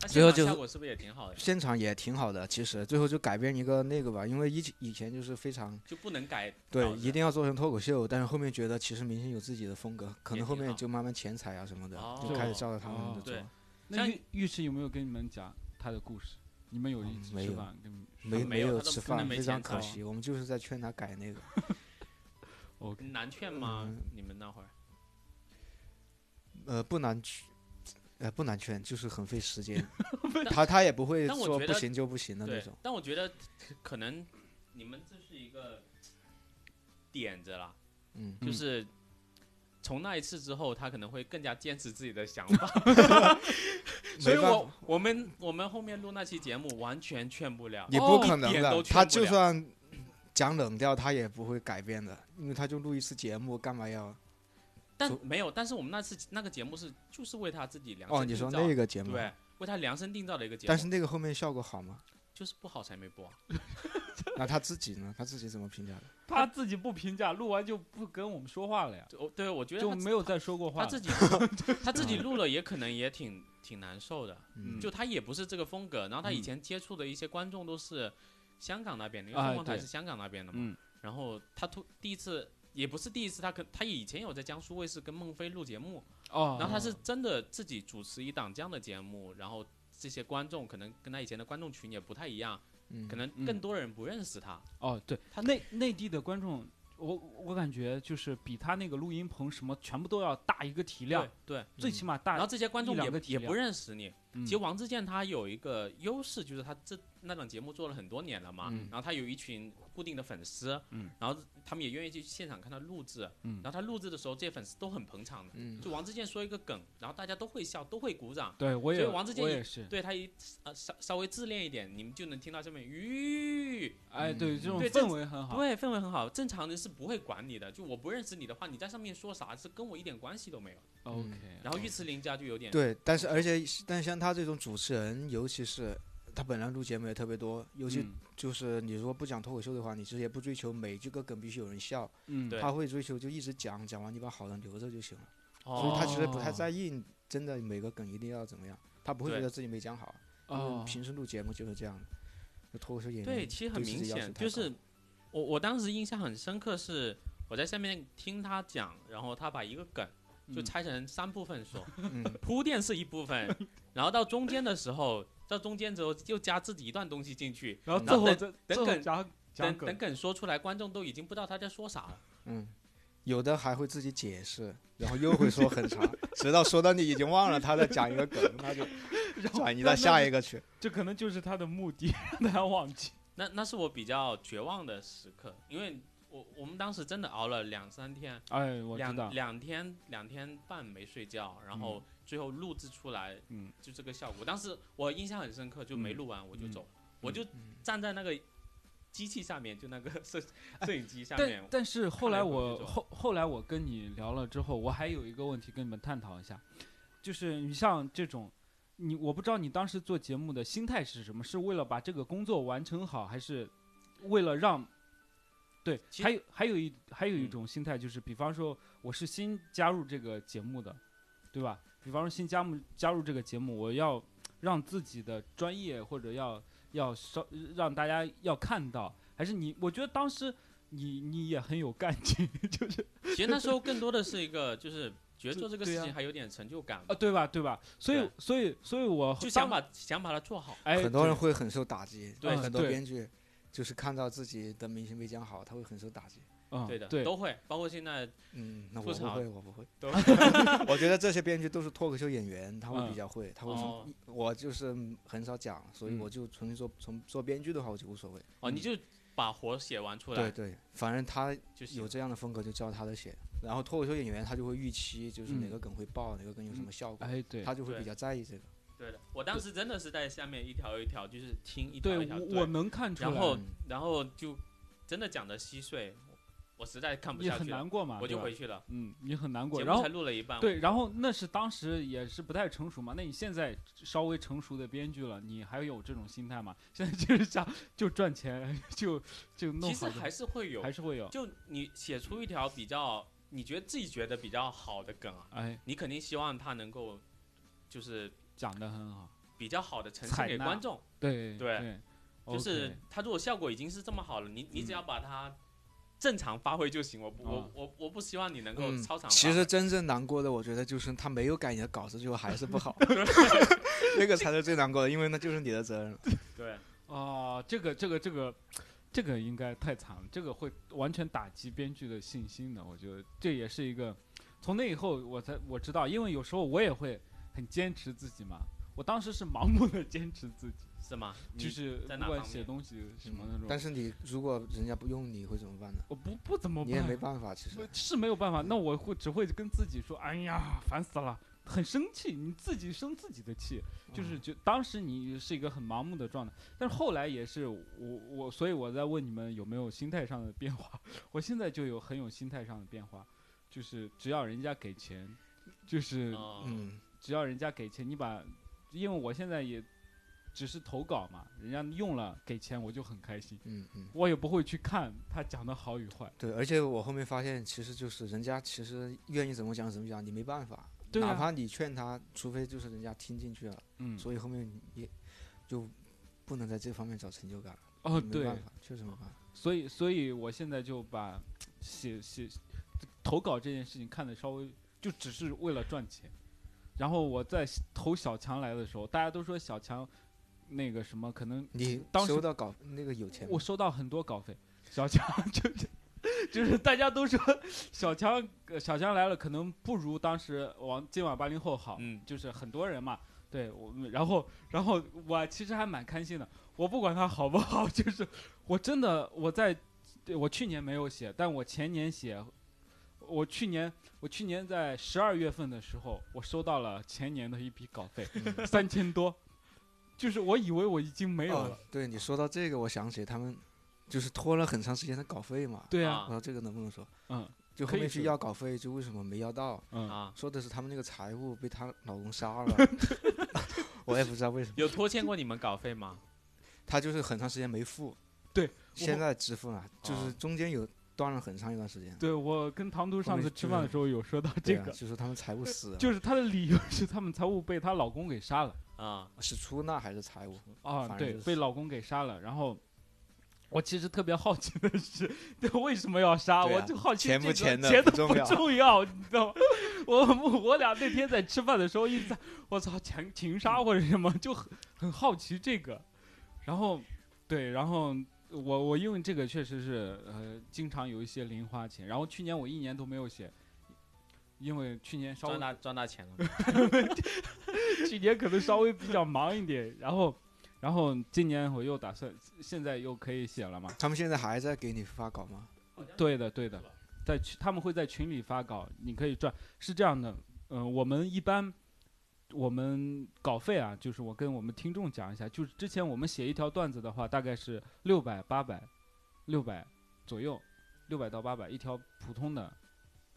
S2: 那
S4: 最
S2: 现
S4: 后
S2: 场
S4: 就是
S2: 效果是不是也挺好的？
S4: 现场也挺好的。其实最后就改编一个那个吧，因为以前以前就是非常
S2: 就不能改
S4: 对
S2: 稿，子
S4: 一定要做成脱口秀，但是后面觉得其实明星有自己的风格，可
S2: 也
S4: 能后
S2: 挺
S4: 面
S2: 好
S4: 就慢慢钱财啊什么的，
S2: 哦
S4: 就开始照着他
S1: 哦
S4: 们的做
S2: 对。
S1: 那
S2: 像
S1: 浴浴池有没有跟你们讲他的故事？你们有一
S4: 嗯
S1: 起
S4: 没
S1: 吃
S4: 有
S1: 饭跟你们
S4: 没
S2: 没有
S4: 有
S2: 他都
S4: 吃
S2: 根本
S4: 饭，
S2: 没
S4: 非
S2: 钱
S4: 常可
S1: 财
S4: 惜。我们就是在劝他改那个，
S1: OK
S2: 难劝吗
S4: 嗯？
S2: 你们那会儿
S4: 呃，不难去，呃，不难劝，就是很费
S2: [laughs]
S4: 时间。他他也不会
S2: 但我
S4: 说
S2: 觉
S4: 不
S2: 得
S4: 行就不行的那
S2: 对
S4: 种。，
S2: 但我觉得可能你们这是一个点子啦，
S4: 嗯，
S1: 嗯
S2: 就是从那一次之后，他可能会更加坚持自己的想
S4: [laughs]
S2: 法。所以
S4: 没办
S2: 我
S4: 法，
S2: 我们我们后面录那期节目完全劝不了，
S4: 你
S1: 哦
S4: 不
S1: 一
S4: 可能
S2: 点都
S4: 的。
S2: 劝
S4: 他
S2: 不
S4: 就
S2: 了
S4: 算讲冷调，他也不会改变的，因为他就录一次节目，干嘛要？
S2: 但
S4: 所
S2: 没有，但是我们那次那个节目是就是为他自己量
S4: 哦，
S2: 身
S4: 你
S2: 定造
S4: 说
S2: 的，
S4: 那个节目，
S2: 对，为他量身定造的一个节目，
S4: 但是那个后面效果好吗？
S2: 啊就是不好才没播，
S4: 那他自己呢？他自己怎么评价的？
S1: 他自己不评价，录完就不跟我们说话了呀，
S2: 我对我觉得
S1: 就
S2: 他
S1: 没有再说过话
S2: 他
S1: 了。
S2: 自己
S1: [laughs]
S2: 他自己录了，也可能也挺挺难受的。
S1: 嗯
S2: 就他也不是这个风格，然后他以
S1: 嗯
S2: 前接触的一些观众都是香港那边的，因为
S1: 哎
S2: 凤凰台
S1: 对
S2: 是香港那边的嘛。
S1: 嗯
S2: 然后他突第一次也不是第一次，他可他以前有在江苏卫视跟孟非录节目，
S1: 哦，
S2: 然后他是真的自己主持一档这样的节目，然后这些观众可能跟他以前的观众群也不太一样，
S4: 嗯，
S2: 可能更多人不认识他。
S1: 哦，对
S2: 他
S1: 内内地的观众，我我感觉就是比他那个录音棚什么全部都要大一个体量
S2: 对，对，
S1: 最起码大。
S2: 然后这些观众
S1: 一两个
S2: 也
S1: 体
S2: 也
S1: 量
S2: 不认识你，
S1: 嗯
S2: 其实王自健他有一个优势，就是他这那档节目做了很多年了嘛，
S1: 嗯
S2: 然后他有一群固定的粉丝，
S1: 嗯
S2: 然后他们也愿意去现场看他录制，
S1: 嗯
S2: 然后他录制的时候，这些粉丝都很捧场的。
S4: 嗯
S2: 就王自健说一个梗，然后大家都会笑，都会鼓掌。
S1: 对我也
S2: 所以王自健
S1: 我
S2: 也
S1: 也是，
S2: 对他一呃稍稍微自恋一点，你们就能听到下面吁，
S1: 哎，对这种
S2: 对
S1: 氛围很好。
S2: 对，氛围很好。正常人是不会管你的，就我不认识你的话，你在上面说啥是跟我一点关系都没有。
S1: OK，
S2: 嗯
S1: 嗯
S2: 然后尉迟琳家就有点
S4: 对，但是而且但像他这种主持人，尤其是他本来录节目也特别多，尤其
S1: 嗯
S4: 就是你如果不讲脱口秀的话，你其实也不追求每句个梗必须有人笑，
S1: 嗯，
S2: 对
S4: 他会追求就一直讲，讲完你把好人留着就行了。所
S2: 哦
S4: 以他其实不太
S1: 哦
S4: 在意真的每个梗一定要怎么样，他不会
S2: 对
S4: 觉得自己没讲好。
S2: 嗯
S4: 因为
S1: 哦，
S4: 平时录节目就是这样的，就脱口秀演员
S2: 对，其实很
S4: 对自己
S2: 明
S4: 要
S2: 显
S4: 求，
S2: 就
S4: 太高
S2: 是我我当时印象很深刻是我在下面听他讲，然后他把一个梗就
S1: 嗯
S2: 拆成三部分说，
S4: 嗯
S2: 铺垫是一部分，然后到中间的时候，到中间之后又加自己一段东西进去，
S1: 然后
S4: 嗯
S1: 最后
S2: 然
S1: 再
S2: 后等
S1: 最后
S2: 梗
S1: 讲
S2: 等
S1: 讲
S2: 等
S1: 梗，
S2: 梗说出来，观众都已经不知道他在说啥了。
S4: 嗯，有的还会自己解释，然后又会说很
S2: [laughs]
S4: 长，直到说到你已经忘了他在讲一个梗，那就转移到下一个去。嗯
S1: 这可能就是他的目
S2: [laughs]
S1: 的，让大家忘记。
S2: 那那是我比较绝望的时刻，因为我我们当时真的熬了两三天，
S1: 哎，我知
S2: 两
S1: 道，
S2: 两天两天半没睡觉，然后最后录制出来，
S1: 嗯，
S2: 就这个效果。当时我印象很深刻，就没
S1: 嗯
S2: 录完我就
S1: 嗯
S2: 走，我就站在那个机器下面，就那个
S1: [laughs]
S2: 摄摄影机下面
S1: 但，但是后来
S2: 看了一会儿
S1: 我
S2: 就走
S1: 后后来我跟你聊了之后，我还有一个问题跟你们探讨一下，就是你像这种，你我不知道你当时做节目的心态是什么，是为了把这个工作完成好，还是为了让？对，
S2: 其实
S1: 还有还有一还有一
S2: 嗯
S1: 种心态就是，比方说我是新加入这个节目的，对吧？比方说新加入加入这个节目，我要让自己的专业或者要要稍让大家要看到，还是你？我觉得当时你你也很有干劲， [laughs] 就是
S2: 其实那时候更多的是一个就是觉得做这个
S1: 对
S2: 事
S1: 啊
S2: 情还有点成就感
S1: 啊，，
S2: 吧
S1: 对吧？对吧？所以
S2: 对
S1: 所以所以我
S2: 就想
S1: 当
S2: 把想把它做好。
S1: 哎，
S4: 很多人
S1: 对
S4: 会很受打击，
S2: 对
S4: 很多
S1: 对
S4: 编剧就是看到自己的明星没讲好，他会很受打击。
S1: 嗯
S2: 对的，
S1: 对
S2: 都会，包括
S1: [laughs]
S2: 现在
S4: 嗯，那
S2: 吐
S4: 我不
S2: 槽
S4: 会，我不会。
S2: 都
S4: 我觉得这些编剧都是脱口秀演员，他会
S1: 嗯
S4: 比较会，他会说。
S2: 哦
S4: 我就是很少讲，所以
S1: 嗯
S4: 我就纯粹做从做编剧的话，我就无所谓。
S2: 哦，你就把活写完出
S4: 对
S2: 来
S4: 对，反正他
S2: 就行
S4: 有。这样的风格就照他的写，然后脱口秀演员他就会预期就是哪
S1: 嗯
S4: 个梗会爆，哪个梗有什么效果，
S1: 哎对。
S4: 他就会
S2: 对
S4: 比较在意这个。
S2: 对的，我当时真的是在下面一条一条就是听一条
S1: 对
S2: 一条
S1: 我我能看出来，
S2: 然后
S4: 嗯
S2: 然后就真的讲的稀碎，我我实在看不
S1: 你
S2: 下
S1: 很
S2: 去
S1: 难
S2: 了，
S1: 过嘛，
S2: 我就
S1: 对吧
S2: 回去了。
S1: 嗯，你很难过，
S2: 节
S1: 然
S2: 目
S1: 后
S2: 才录了一半，
S1: 对，然后那是当时也是不太成熟嘛。那你现在稍微成熟的编剧了，你还有这种心态吗？现在就是想就赚钱，就就弄
S2: 其
S1: 好
S2: 实
S1: 就好，
S2: 还是会有
S1: 还，是会有。
S2: 就你写出一条比较你觉得自己觉得比较好的梗啊，
S1: 哎，
S2: 你肯定希望它能够就是
S1: 讲的很好，
S2: 比较好的呈
S1: 采
S2: 现给
S1: 纳
S2: 观众，
S1: 对
S2: 对
S1: 对，
S2: 就是
S1: ，OK，
S2: 它如果效果已经是这么好了，你你
S1: 嗯
S2: 只要把它。正常发挥就行，我不
S1: 啊
S2: 我我我不希望你能
S1: 哦
S2: 够
S4: 嗯
S2: 超常发挥。
S4: 其实真正难过的，我觉得就是他没有改你的稿子，最后还是不
S1: [laughs]
S4: 好，那个才是最难过的，因为那就是你的责任了。
S2: 对，
S1: 哦，这个这个这个。这个应该太惨了，这个会完全打击编剧的信心的。我觉得这也是一个，从那以后我才我知道，因为有时候我也会很坚持自己嘛。我当时是盲目的 [laughs] 坚持自己，
S2: 是吗？
S1: 就
S2: 你
S1: 是
S2: 在
S1: 不
S2: 哪
S1: 管
S2: 方
S1: 写
S2: 面
S1: 东西什么那种，
S4: 但是你如果人家不用你会怎么办呢？
S1: 我不不怎么
S4: 你
S1: 办，
S4: 也没办法，其
S1: 我
S4: 实。
S1: 是没有办法。那我会只会跟自己说，哎呀，烦死了，很生气，你自己生自己的气，
S4: 嗯
S1: 就是就当时你是一个很盲目的状态，但是后来也是我我，所以我在问你们有没有心态上的变化， [laughs] 我现在就有很有心态上的变化，就是只要人家给钱，就是
S2: 哦
S4: 嗯，
S1: 只要人家给钱，你把，因为我现在也只是投稿嘛，人家用了给钱我就很开心，
S4: 嗯嗯，
S1: 我也不会去看他讲的好与坏。
S4: 对，而且我后面发现，其实就是人家其实愿意怎么讲怎么讲，你没办法，
S1: 对
S4: 哪
S1: 啊，
S4: 怕你劝他，除非就是人家听进去了，
S1: 嗯，
S4: 所以后面也就不能在这方面找成就感了。
S1: 哦
S4: 没
S1: 对
S4: 办，法，确实没办法。
S1: 所以所以我现在就把写写投稿这件事情看得稍微就只是为了赚钱。然后我在投小强来的时候，大家都说小强那个什么可能
S4: 你
S1: 当时
S4: 收到稿那个有钱吗
S1: 我收到很多稿费，小强 [laughs] 就是就是大家都说小强呃小强来了，可能不如当时王今晚八零后好，
S2: 嗯，
S1: 就是很多人嘛。对我们，然后，然后我其实还蛮开心的。我不管他好不好， [laughs] 就是我真的我在，对我去年没有写，但我前年写，我去年我去年在十二月份的时候，我收到了前年的一笔稿费，
S4: 嗯
S1: 三千多，就是我以为我已经没有了
S4: 哦。对你说到这个，我想起他们就是拖了很长时间的稿费嘛。
S1: 对啊，
S4: 然后这个能不能说？
S1: 嗯
S4: 就后
S1: 可以
S4: 面去
S1: 说
S4: 要稿费，就为什么没要到？
S1: 嗯，
S2: 啊，
S4: 说的是他们那个财务被她老公
S1: [laughs]
S4: 杀了，我也不知道为什么，
S2: 有拖欠过你们稿费吗？
S4: 她就是很长时间没付，
S1: 对，啊
S4: 现在支付了，就是
S2: 哦
S4: 中间有断了很长一段时间。
S1: 对我跟唐突上次吃饭的时候有说到这
S4: 对啊
S1: 个，
S4: 就说他们财务死了，
S1: 就是她的理由是他们财务被她老公给杀了。
S2: 啊，
S4: 是出纳还是财务？
S1: 啊，
S4: 反正
S1: 对，
S4: 就是
S1: 被老公给杀了。然后我其实特别好奇的是，对，为什么要杀？
S4: 对
S1: 我
S4: 啊
S1: 就好奇
S4: 钱
S1: 这
S4: 不
S1: 个
S4: 钱的
S1: 钱
S4: 不
S1: 都
S4: 重要
S1: 重要，你知道吗？ [laughs] 我我我俩那天在吃饭的时候一直在，我操，情情杀或者什么，就很很好奇这个。然后，对，然后。我我因为这个确实是呃，经常有一些零花钱，然后去年我一年都没有写，因为去年稍微
S2: 赚大赚大钱了吗？
S1: 去年可能稍微比较忙一点，然后，然后今年我又打算，现在又可以写了嘛？
S4: 他们现在还在给你发稿吗？
S1: 对的，对的，在群他们会在群里发稿，你可以赚。是这样的，嗯、我们一般我们稿费啊，就是我跟我们听众讲一下，就是之前我们写一条段子的话，大概是六百、八百、六百左右，六百到八百一条普通的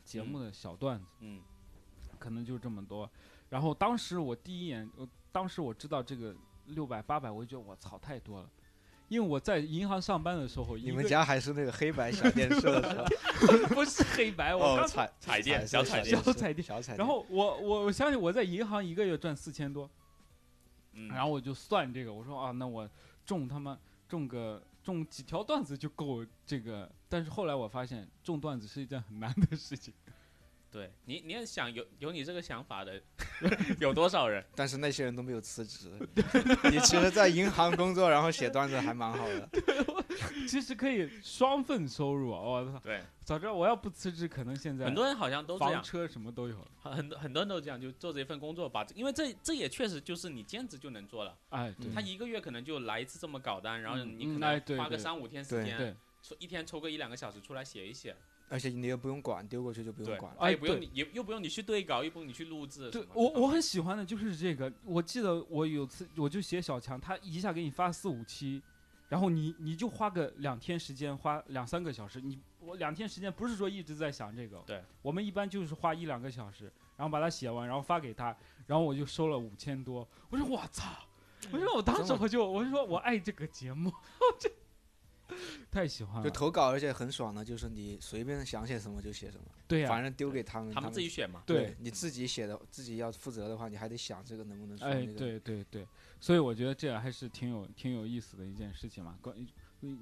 S1: 节目的小段子。
S2: [laughs] 嗯，
S1: 可能就这么多。然后当时我第一眼，呃，当时我知道这个六百八百，我就觉得我操太多了，因为我在银行上班的时候，
S4: 你
S1: 一
S4: 们
S1: 个
S4: 家还是那个黑白小电视的时候
S1: 不是黑白， [laughs] 我
S4: 哦，
S1: 刚
S4: 彩
S2: 彩电小
S4: 色
S2: 彩
S1: 电
S4: 小
S1: 小彩电
S4: 小彩电。
S1: 然后我我我相信我在银行一个月赚四千多，
S2: 嗯
S1: 然后我就算这个，我说啊，那我中他妈中个中几条段子就够这个，但是后来我发现中段子是一件很难的事情，
S2: 对你，你也想有有你这个想
S1: [laughs]
S2: 法的，有多少人？
S4: 但是那些人都没有辞职。你其实，在银行工作，然后写段子还蛮好的。
S1: 其实可以双份收入啊，我操，
S2: 对，
S1: 早知道我要不辞职，可能现在
S2: 很多人好像都这
S1: 房
S2: 样，
S1: 车什么都有了，
S2: 很很多很多人都这样，就做这一份工作，把因为这这也确实就是你兼职就能做了，
S1: 哎，对
S4: 嗯
S2: 他一个月可能就来一次这么搞单，然后
S1: 嗯
S2: 你
S1: 嗯
S2: 可
S1: 哎
S2: 能
S1: 对
S2: 花个
S1: 对
S2: 三五天时
S4: 对
S2: 间，
S1: 对。
S2: 抽一天抽个一两个小时出来写一写，
S4: 而且你也不用管，丢过去就不用
S2: 对
S4: 管，了。
S2: 他
S1: 哎
S2: 也不用
S1: 对
S2: 你，也又不用你去对稿，又不用你去录制什
S1: 对
S2: 么的，
S1: 我我很喜欢的就是这个，我记得我有次我就写小强，他一下给你发四五期，然后你你就花个两天时间，花两三个小时，你我两天时间不是说一直在想这个，
S2: 对，
S1: 我们一般就是花一两个小时，然后把它写完，然后发给他，然后我就收了五千多，我说我操，我说我当时
S4: 真的
S1: 我就我就说我爱这个节目， [laughs] 这太喜欢
S4: 就
S1: 了，
S4: 投稿，而且很爽的，就是你随便想写什么就写什么，
S1: 对啊呀、
S4: 反正丢给他们，
S2: 他
S4: 他
S2: 们自己选嘛，
S1: 对
S4: 对。你自己写的，自己要负责的话，你还得想这个能不能说
S1: 哎
S4: 那，个。
S1: 对对对，所以我觉得这还是挺有挺有意思的一件事情嘛。关于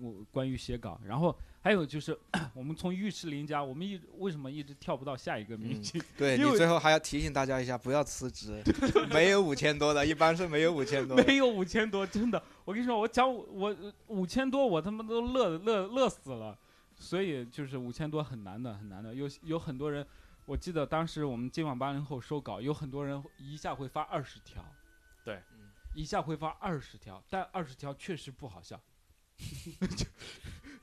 S1: 我关于写稿，然后还有就是 [coughs] 我们从浴室林家，我们一为什么一直跳不到下一个迷
S4: 嗯
S1: 津？
S4: 对
S1: 因
S4: 你
S1: 为
S4: 最后还要提醒大家一下，不要辞
S1: [laughs]
S4: 职，没有五千多的，一般是没有五千多的。
S1: 没有五千多，真的，我跟你说，我讲我我五千多，我他妈都乐乐乐死了。所以就是五千多很难的，很难的。有有很多人，我记得当时我们今晚八零后收稿，有很多人一下会发二十条，
S2: 对
S4: 嗯，
S1: 一下会发二十条，但二十条确实不好笑。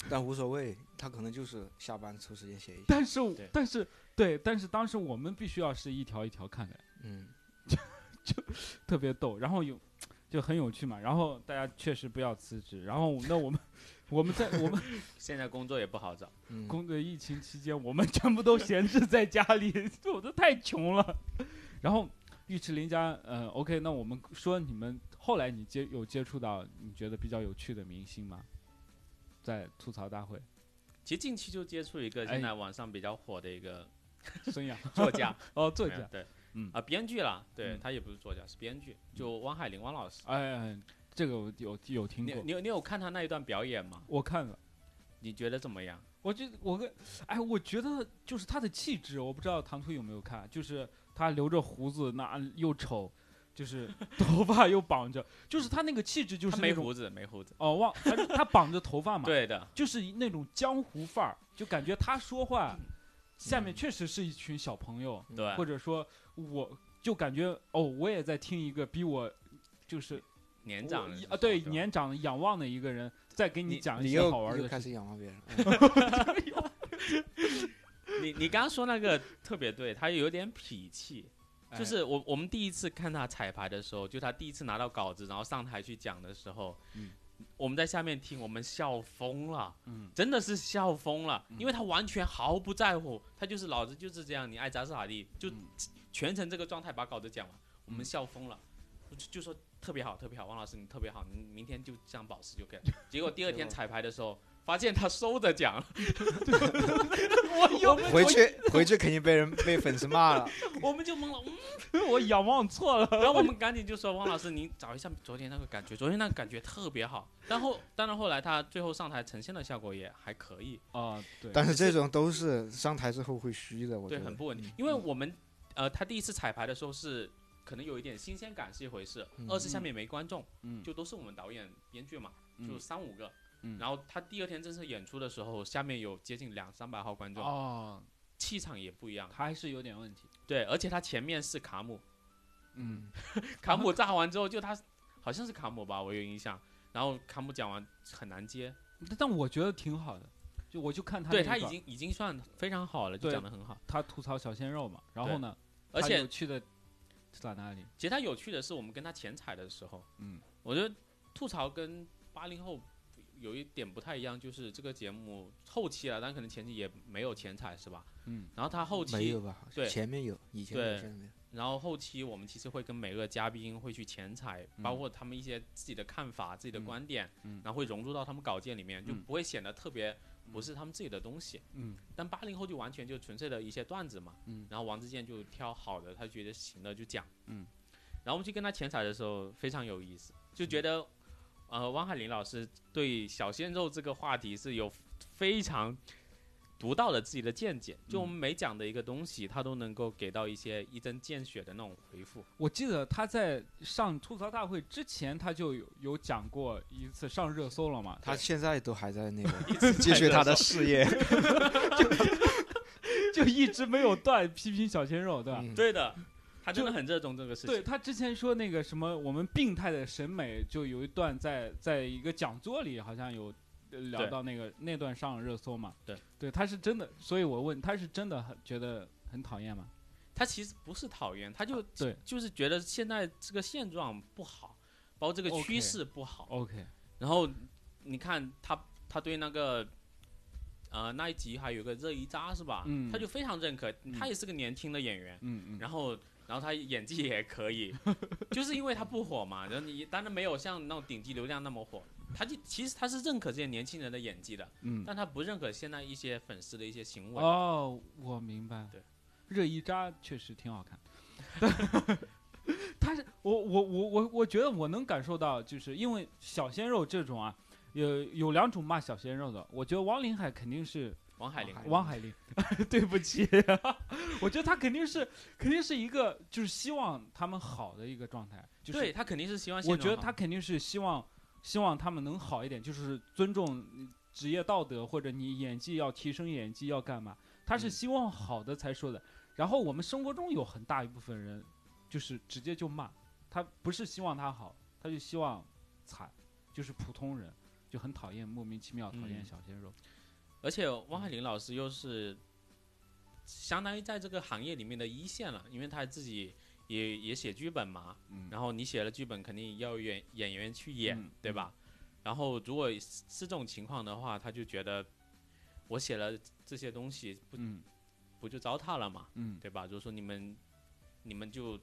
S4: 但无所谓，他可能就是下班抽时间写一写。
S1: [laughs] 但是我
S2: 对
S1: 但是对，但是当时我们必须要是一条一条看的，
S4: 嗯，
S1: 特别逗，然后有就很有趣嘛。然后大家确实不要辞职。然后那我们 [laughs] 我们在我们
S2: 现在工作也不好找，
S4: 嗯
S1: 工作疫情期间，我们全部都闲置在家里，我都太穷了。然后尉迟林家，呃，OK，那我们说你们后来你接有接触到你觉得比较有趣的明星吗？在吐槽大会，
S2: 其实近期就接触一个
S1: 哎
S2: 现在网上比较火的一个 [laughs]
S1: 孙杨 [laughs]
S2: 作家，
S1: 哦，作
S2: 没有
S1: 家，
S2: 对，
S1: 嗯
S2: 啊，编剧啦，对
S1: 嗯
S2: 他也不是作家，是编剧，就汪海林汪老师。
S1: 哎哎，这个我有有听
S2: 你
S1: 过，
S2: 你有你有看他那一段表演吗？
S1: 我看了，
S2: 你觉得怎么样？
S1: 我觉得我跟哎，我觉得就是他的气质，我不知道唐突有没有看，就是他留着胡子，那又丑，就是
S2: [laughs]
S1: 头发又绑着，就是他那个嗯气质就
S2: 他
S1: 是
S2: 没
S1: 那种
S2: 胡子，没胡子。
S1: 哦，忘他他绑着头发嘛，
S2: 对的，
S1: 就是那种江湖范儿，就感觉他说话
S2: 嗯
S1: 下面确实是一群小朋友，
S2: 对，
S1: 嗯或者说我就感觉哦，我也在听一个比我就是
S2: 年长
S1: 我
S2: 人
S1: 一
S2: 是
S1: 啊，
S2: 吧
S1: 对
S2: 吧
S1: 年长的仰望的一个人在给你
S2: 你
S1: 讲一
S4: 你
S1: 些
S4: 又
S1: 好玩
S4: 又
S1: 的
S4: 开
S1: 事情。
S4: 始仰望别
S1: [laughs]
S4: 人，
S2: 你你刚刚说那个特别对，他有点痞气，
S1: 哎
S2: 就是我我们第一次看他彩排的时候，就他第一次拿到稿子，然后上台去讲的时候，
S1: 嗯
S2: 我们在下面听，我们笑疯了，
S1: 嗯
S2: 真的是笑疯了，
S1: 嗯
S2: 因为他完全毫不在乎，他就是老子就是这样，你爱咋是咋地，就
S1: 嗯
S2: 全程这个状态把稿子讲完，我
S1: 嗯
S2: 们笑疯了，我就就说特别好，特别好，王老师你特别好，你明天就这样保持就可以了。结果第二天彩排的时候，发现他收着讲了， [laughs] 我又
S4: 回去回去肯定被人被粉丝骂了。
S2: 我们就懵了，
S1: [laughs]
S2: 嗯
S1: 我仰望错了，
S2: 然后我们赶紧就说汪老师，您找一下昨天那个感觉，昨天那个感觉特别好。然后当然后来他最后上台呈现的效果也还可以，
S1: 啊，对，
S4: 但是这种都是上台之后会虚的，我觉
S2: 对，
S4: 得
S2: 很不稳定
S1: 嗯。
S2: 因为我们呃，他第一次彩排的时候是可能有一点新鲜感是一回事，
S4: 嗯
S2: 二是下面没观众，
S1: 嗯
S2: 就都是我们导演、编剧嘛，
S1: 嗯
S2: 就三五个。
S1: 嗯
S2: 然后他第二天正式演出的时候，下面有接近两三百号观众，
S1: 哦，
S2: 气场也不一样。
S1: 他还是有点问题。
S2: 对，而且他前面是卡姆，
S1: 嗯，
S2: 卡姆炸完之后，就他好像是卡姆吧，我有印象。然后卡姆讲完很难接，
S1: 嗯但但我觉得挺好的，就我就看他
S2: 对
S1: 那
S2: 他
S1: 一
S2: 已
S1: 段
S2: 经已经算非常好了，就
S1: 对
S2: 讲得很好。
S1: 他吐槽小鲜肉嘛，然后
S2: 对
S1: 呢，
S2: 而
S1: 他
S2: 且
S1: 有趣的是在哪里？
S2: 其实他有趣的是，我们跟他前采的时候，
S1: 嗯，
S2: 我觉得吐槽跟八零后有一点不太一样，就是这个节目后期啊，但可能前期也没有前采是吧？
S1: 嗯，
S2: 然后他后期
S4: 没有吧？
S2: 对
S4: 前面有，以前有，
S2: 对
S4: 现在没有。
S2: 然后后期我们其实会跟每个嘉宾会去前采，
S1: 嗯
S2: 包括他们一些自己的看法、自己的
S1: 嗯
S2: 观点，
S1: 嗯
S2: 然后会融入到他们稿件里面，就
S1: 嗯
S2: 不会显得特别不是他们自己的东西。
S1: 嗯
S2: 但八零后就完全就纯粹的一些段子嘛，
S1: 嗯
S2: 然后王自健就挑好的，他觉得行的就讲，
S1: 嗯，
S2: 然后我们去跟他前采的时候非常有意思，就
S1: 嗯
S2: 觉得，呃，汪海林老师对小鲜肉这个话题是有非常独到的自己的见解，
S1: 嗯
S2: 就我们每讲的一个东西，他都能够给到一些一针见血的那种回复，
S1: 我记得他在上吐槽大会之前，他就有有讲过一次上热搜了嘛。 [laughs]
S4: 他现在都还在那个
S2: [laughs] 一直
S4: 继续他的事业，
S1: 就一直没有断批评小鲜肉，对吧？
S4: 嗯
S2: 对的，他真的
S1: 就
S2: 很热衷这个事
S1: 对
S2: 情，
S1: 他之前说那个什么我们病态的审美，就有一段在在一个讲座里好像有呃聊
S2: 对
S1: 到那个那段上了热搜嘛。
S2: 对，
S1: 对，他是真的，所以我问他是真的很觉得很讨厌吗？
S2: 他其实不是讨厌，他就
S1: 啊对
S2: 就是觉得现在这个现状不好，包括这个
S1: OK
S2: 趋势不好。
S1: OK，
S2: 然后你看他，他对那个呃那一集还有个热依扎是吧？
S1: 嗯
S2: 他就非常认可，
S1: 嗯
S2: 他也是个年轻的演员，
S1: 嗯嗯，
S2: 然后然后他演技也
S1: [laughs]
S2: 可以，就是因为他不火嘛，然后你当然没有像那种顶级流量那么火，他就其实他是认可这些年轻人的演技的，
S1: 嗯，
S2: 但他不认可现在一些粉丝的一些行为。
S1: 哦，我明白。
S2: 对，
S1: 热依扎确实挺好看。 [laughs] 但是我我我我我觉得我能感受到，就是因为小鲜肉这种啊，有有两种骂小鲜肉的，我觉得王林海肯定是
S2: 王海玲
S4: 王海，
S1: 汪海林， [laughs] 对不起， [laughs] 我觉得他肯定是肯定是一个就是希望他们好的一个状态，就是
S2: 对他肯定是希望现
S1: 我
S2: 状
S1: 觉得
S2: 好
S1: 他肯定是希望希望他们能好一点，就是尊重职业道德或者你演技要提升演技要干嘛，他是
S2: 嗯
S1: 希望好的才说的。然后我们生活中有很大一部分人就是直接就骂他，不是希望他好，他就希望惨，就是普通人就很讨厌，莫名其妙讨厌
S2: 嗯
S1: 小鲜肉。
S2: 而且
S1: 嗯
S2: 汪海林老师又是相当于在这个行业里面的一线了，因为他自己也也写剧本嘛，
S1: 嗯
S2: 然后你写了剧本，肯定要有演演员去演，
S1: 嗯
S2: 对吧？然后如果是是这种情况的话，他就觉得我写了这些东西，不
S1: 嗯
S2: 不就糟蹋了嘛，
S1: 嗯
S2: 对吧？如果说你们你们就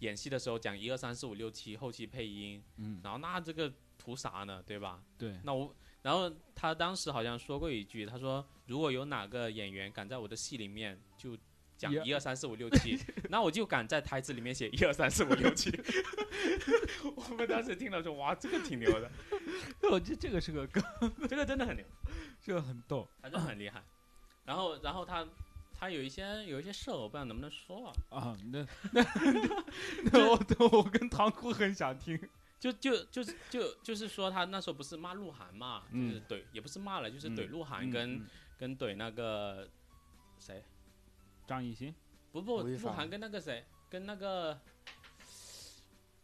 S2: 演戏的时候讲一二三四五六七，后期配音，
S1: 嗯，
S2: 然后那这个图啥呢？对吧？
S1: 对，
S2: 那我，然后他当时好像说过一句，他说如果有哪个演员敢在我的戏里面就讲
S1: 也
S2: 一二三四五六
S1: [laughs]
S2: 七，那我就敢在台词里面写一二三四五六七。 [laughs] 我们当时听到说哇，这个挺牛的，
S1: [laughs] 我这这个是个梗，
S2: 这个真的很牛，
S1: 这个很逗
S2: 反正很厉害。然后，然后他他有一些有一些事儿，我不知道能不能说啊。
S1: 啊！ [laughs] 那那那我我跟唐哭很想听，
S2: 就就就是就就是说他那时候不是骂鹿晗嘛，就
S1: 嗯
S2: 是怼、也不是骂了，就是
S1: 嗯
S2: 怼鹿晗啊跟、
S1: 嗯嗯
S2: 跟怼那个谁。
S1: 张艺兴
S2: 不不，
S4: 吴亦
S2: 鹿
S4: 凡
S2: 晗跟那个谁，跟那个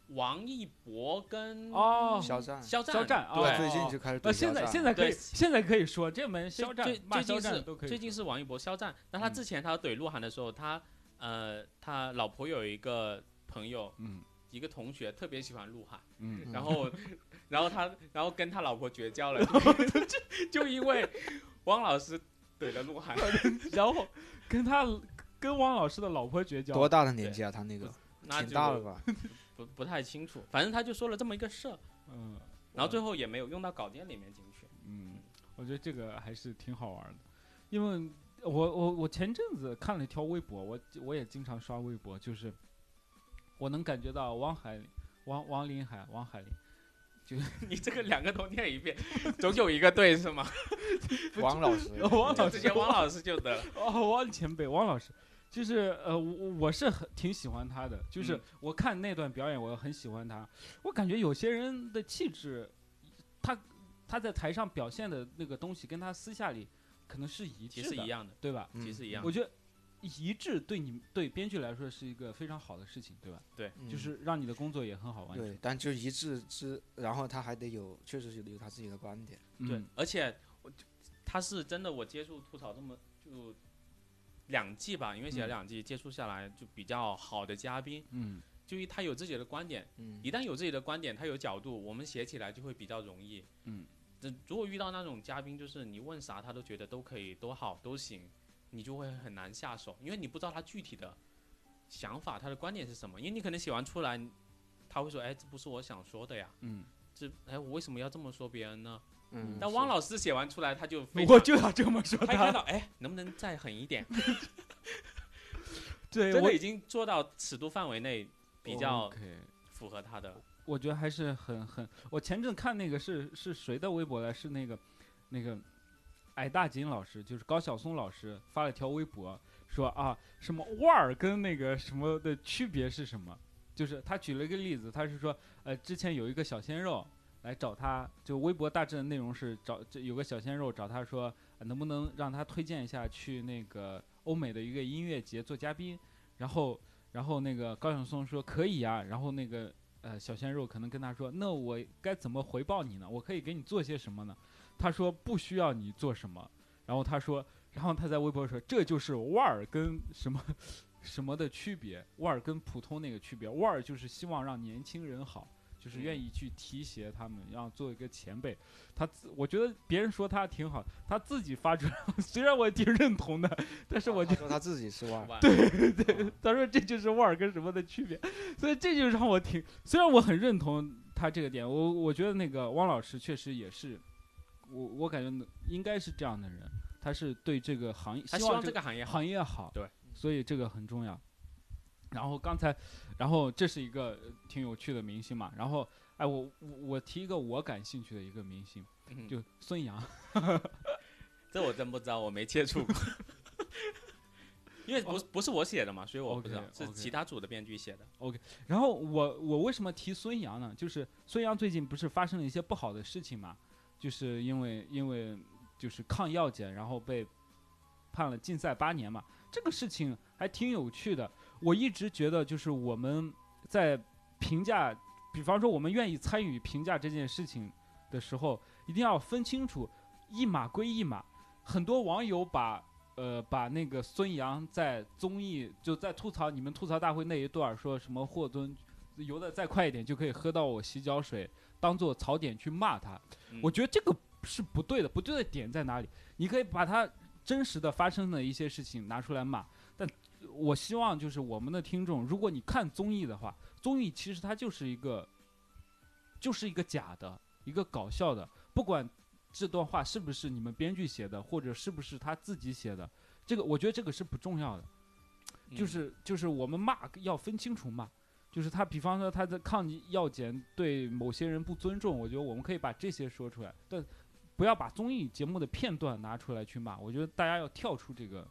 S2: 王一博跟
S1: 哦
S4: 肖战，
S2: 肖战，
S1: 肖战
S2: 对
S1: 哦
S4: 最近就开始
S1: 啊，
S4: 怼
S1: 现
S4: 肖
S1: 在
S4: 战
S1: 现在可以
S2: 对
S1: 现在可以说这门
S2: 最
S1: 肖战
S2: 最
S1: 骂
S2: 最
S1: 肖
S2: 近
S1: 战
S2: 是
S1: 都可以说，
S2: 最近是王一博、肖战。那他
S1: 嗯
S2: 之前他怼鹿晗的时候，他呃，他老婆有一个朋友，
S1: 嗯
S2: 一个同学特别喜欢鹿晗，
S1: 嗯，[laughs]
S2: 然后然后他然后跟他老婆绝交了， [laughs] 就就因为汪老师怼了
S1: [laughs]
S2: 鹿晗，
S1: 然后跟他跟汪老师的老婆绝交，
S4: 多大的年纪啊？他那个
S2: 那
S4: 挺大了
S1: [laughs]
S2: 就
S4: 吧？
S2: 不不太清楚。反正他就说了这么一个事儿，
S1: 嗯
S2: 然后最后也没有用到稿件里面进去。
S1: 嗯，我觉得这个还是挺好玩的，因为我我我前阵子看了一条微博，我我也经常刷微博，就是我能感觉到汪海汪汪林海汪海林，
S2: [laughs] 你这个两个都念一遍， [laughs] 总有一个对是吗？
S4: 王老师
S1: 汪老
S2: 直
S1: 师
S2: 接汪老师就得了。
S1: [laughs] 哦，汪前辈汪老师。就是呃，我我是很挺喜欢他的，就是
S2: 嗯
S1: 我看那段表演，我很喜欢他。我感觉有些人的气质，他他在台上表现的那个东西，跟他私下里可能是一
S2: 其
S1: 致
S2: 实
S1: 的，
S2: 一样的，
S1: 对吧？
S4: 嗯
S2: 其实一样
S1: 我觉得一致对你对编剧来说是一个非常好的事情，对吧？
S4: 嗯
S1: 就是让你的工作也很好完成。
S4: 对，但就一致之，然后他还得有，确实有有他自己的观点。
S2: 对
S1: 嗯，
S2: 而且我就他是真的，我接触吐槽这么就两季吧，因为写了
S1: 嗯
S2: 两季，接触下来就比较好的嘉宾，
S1: 嗯
S2: 就一他有自己的观点，
S4: 嗯，
S2: 一旦有自己的观点，他有角度，我们写起来就会比较容易。
S1: 嗯
S2: 这如果遇到那种嘉宾，就是你问啥他都觉得都可以，都好都行，你就会很难下手，因为你不知道他具体的想法，他的观点是什么。因为你可能写完出来，他会说：“哎，这不是我想说的呀，
S1: 嗯，
S2: 这哎我为什么要这么说别人呢？”
S4: 嗯，
S2: 但汪老师写完出来，他就非
S1: 我
S2: 常
S1: 就要这么说
S2: 他一看
S1: 他。
S2: 到哎，能不能再狠一点？
S1: [laughs] 对，
S2: 真
S1: 我
S2: 的已经做到尺度范围内比较
S1: OK
S2: 符合他的。
S1: 我觉得还是很很。我前阵看那个是是谁的微博来？是那个那个矮大紧老师，就是高晓松老师发了条微博说啊，什么腕儿跟那个什么的区别是什么？就是他举了一个例子，他是说呃，之前有一个小鲜肉来找他，就微博大致的内容是找这有个小鲜肉找他说、呃能不能让他推荐一下去那个欧美的一个音乐节做嘉宾，然后。然后那个高晓松说可以啊，然后那个呃，小鲜肉可能跟他说：“那我该怎么回报你呢？我可以给你做些什么呢？”他说：“不需要你做什么。”然后他说，然后他在微博说：“这就是腕儿跟什么 [laughs] 什么的区别，腕儿跟普通那个区别。腕儿就是希望让年轻人好，就是愿意去提携他们，要做一个前辈。他自我觉得别人说他挺好，他自己发出来， [laughs] 虽然我也挺认同的，但是我觉
S4: 他
S1: 得。”
S4: 说他自己是腕，
S2: 对，
S1: 他说这就是腕儿跟什么的区别，所以这就让我挺，虽然我很认同他这个点，我我觉得那个汪老师确实也是，我我感觉应该是这样的人，他是对这个行业，
S2: 他希
S1: 希望
S2: 望
S1: 这
S2: 这
S1: 个
S2: 个行业好。
S1: 行业好，
S2: 对，
S1: 所以这个很重要。然后刚才，然后这是一个呃挺有趣的明星嘛，然后哎，我我我提一个我感兴趣的一个明星，
S2: 嗯
S1: 就孙杨，
S2: 这我真不知道，我没接触过。 [laughs] 因为不是不是我写的嘛，所以我不知道
S1: OK，OK
S2: 是其他组的编剧写的。
S1: 然后我我为什么提孙杨呢？就是孙杨最近不是发生了一些不好的事情嘛，就是因为因为就是抗药检，然后被判了禁赛八年嘛。这个事情还挺有趣的。我一直觉得，就是我们在评价，比方说我们愿意参与评价这件事情的时候，一定要分清楚一码归一码。很多网友把呃，把那个孙杨在综艺就在吐槽你们吐槽大会那一段儿说什么霍尊游的再快一点就可以喝到我洗脚水，当做槽点去骂他，
S2: 嗯
S1: 我觉得这个是不对的。不对的点在哪里？你可以把他真实的发生的一些事情拿出来骂，但我希望就是我们的听众，如果你看综艺的话，综艺其实它就是一个，就是一个假的，一个搞笑的，不管这段话是不是你们编剧写的，或者是不是他自己写的，这个我觉得这个是不重要的，
S2: 嗯
S1: 就是就是我们骂要分清楚骂。就是他，比方说他在抗议药检对某些人不尊重，我觉得我们可以把这些说出来，但不要把综艺节目的片段拿出来去骂。我觉得大家要跳出这个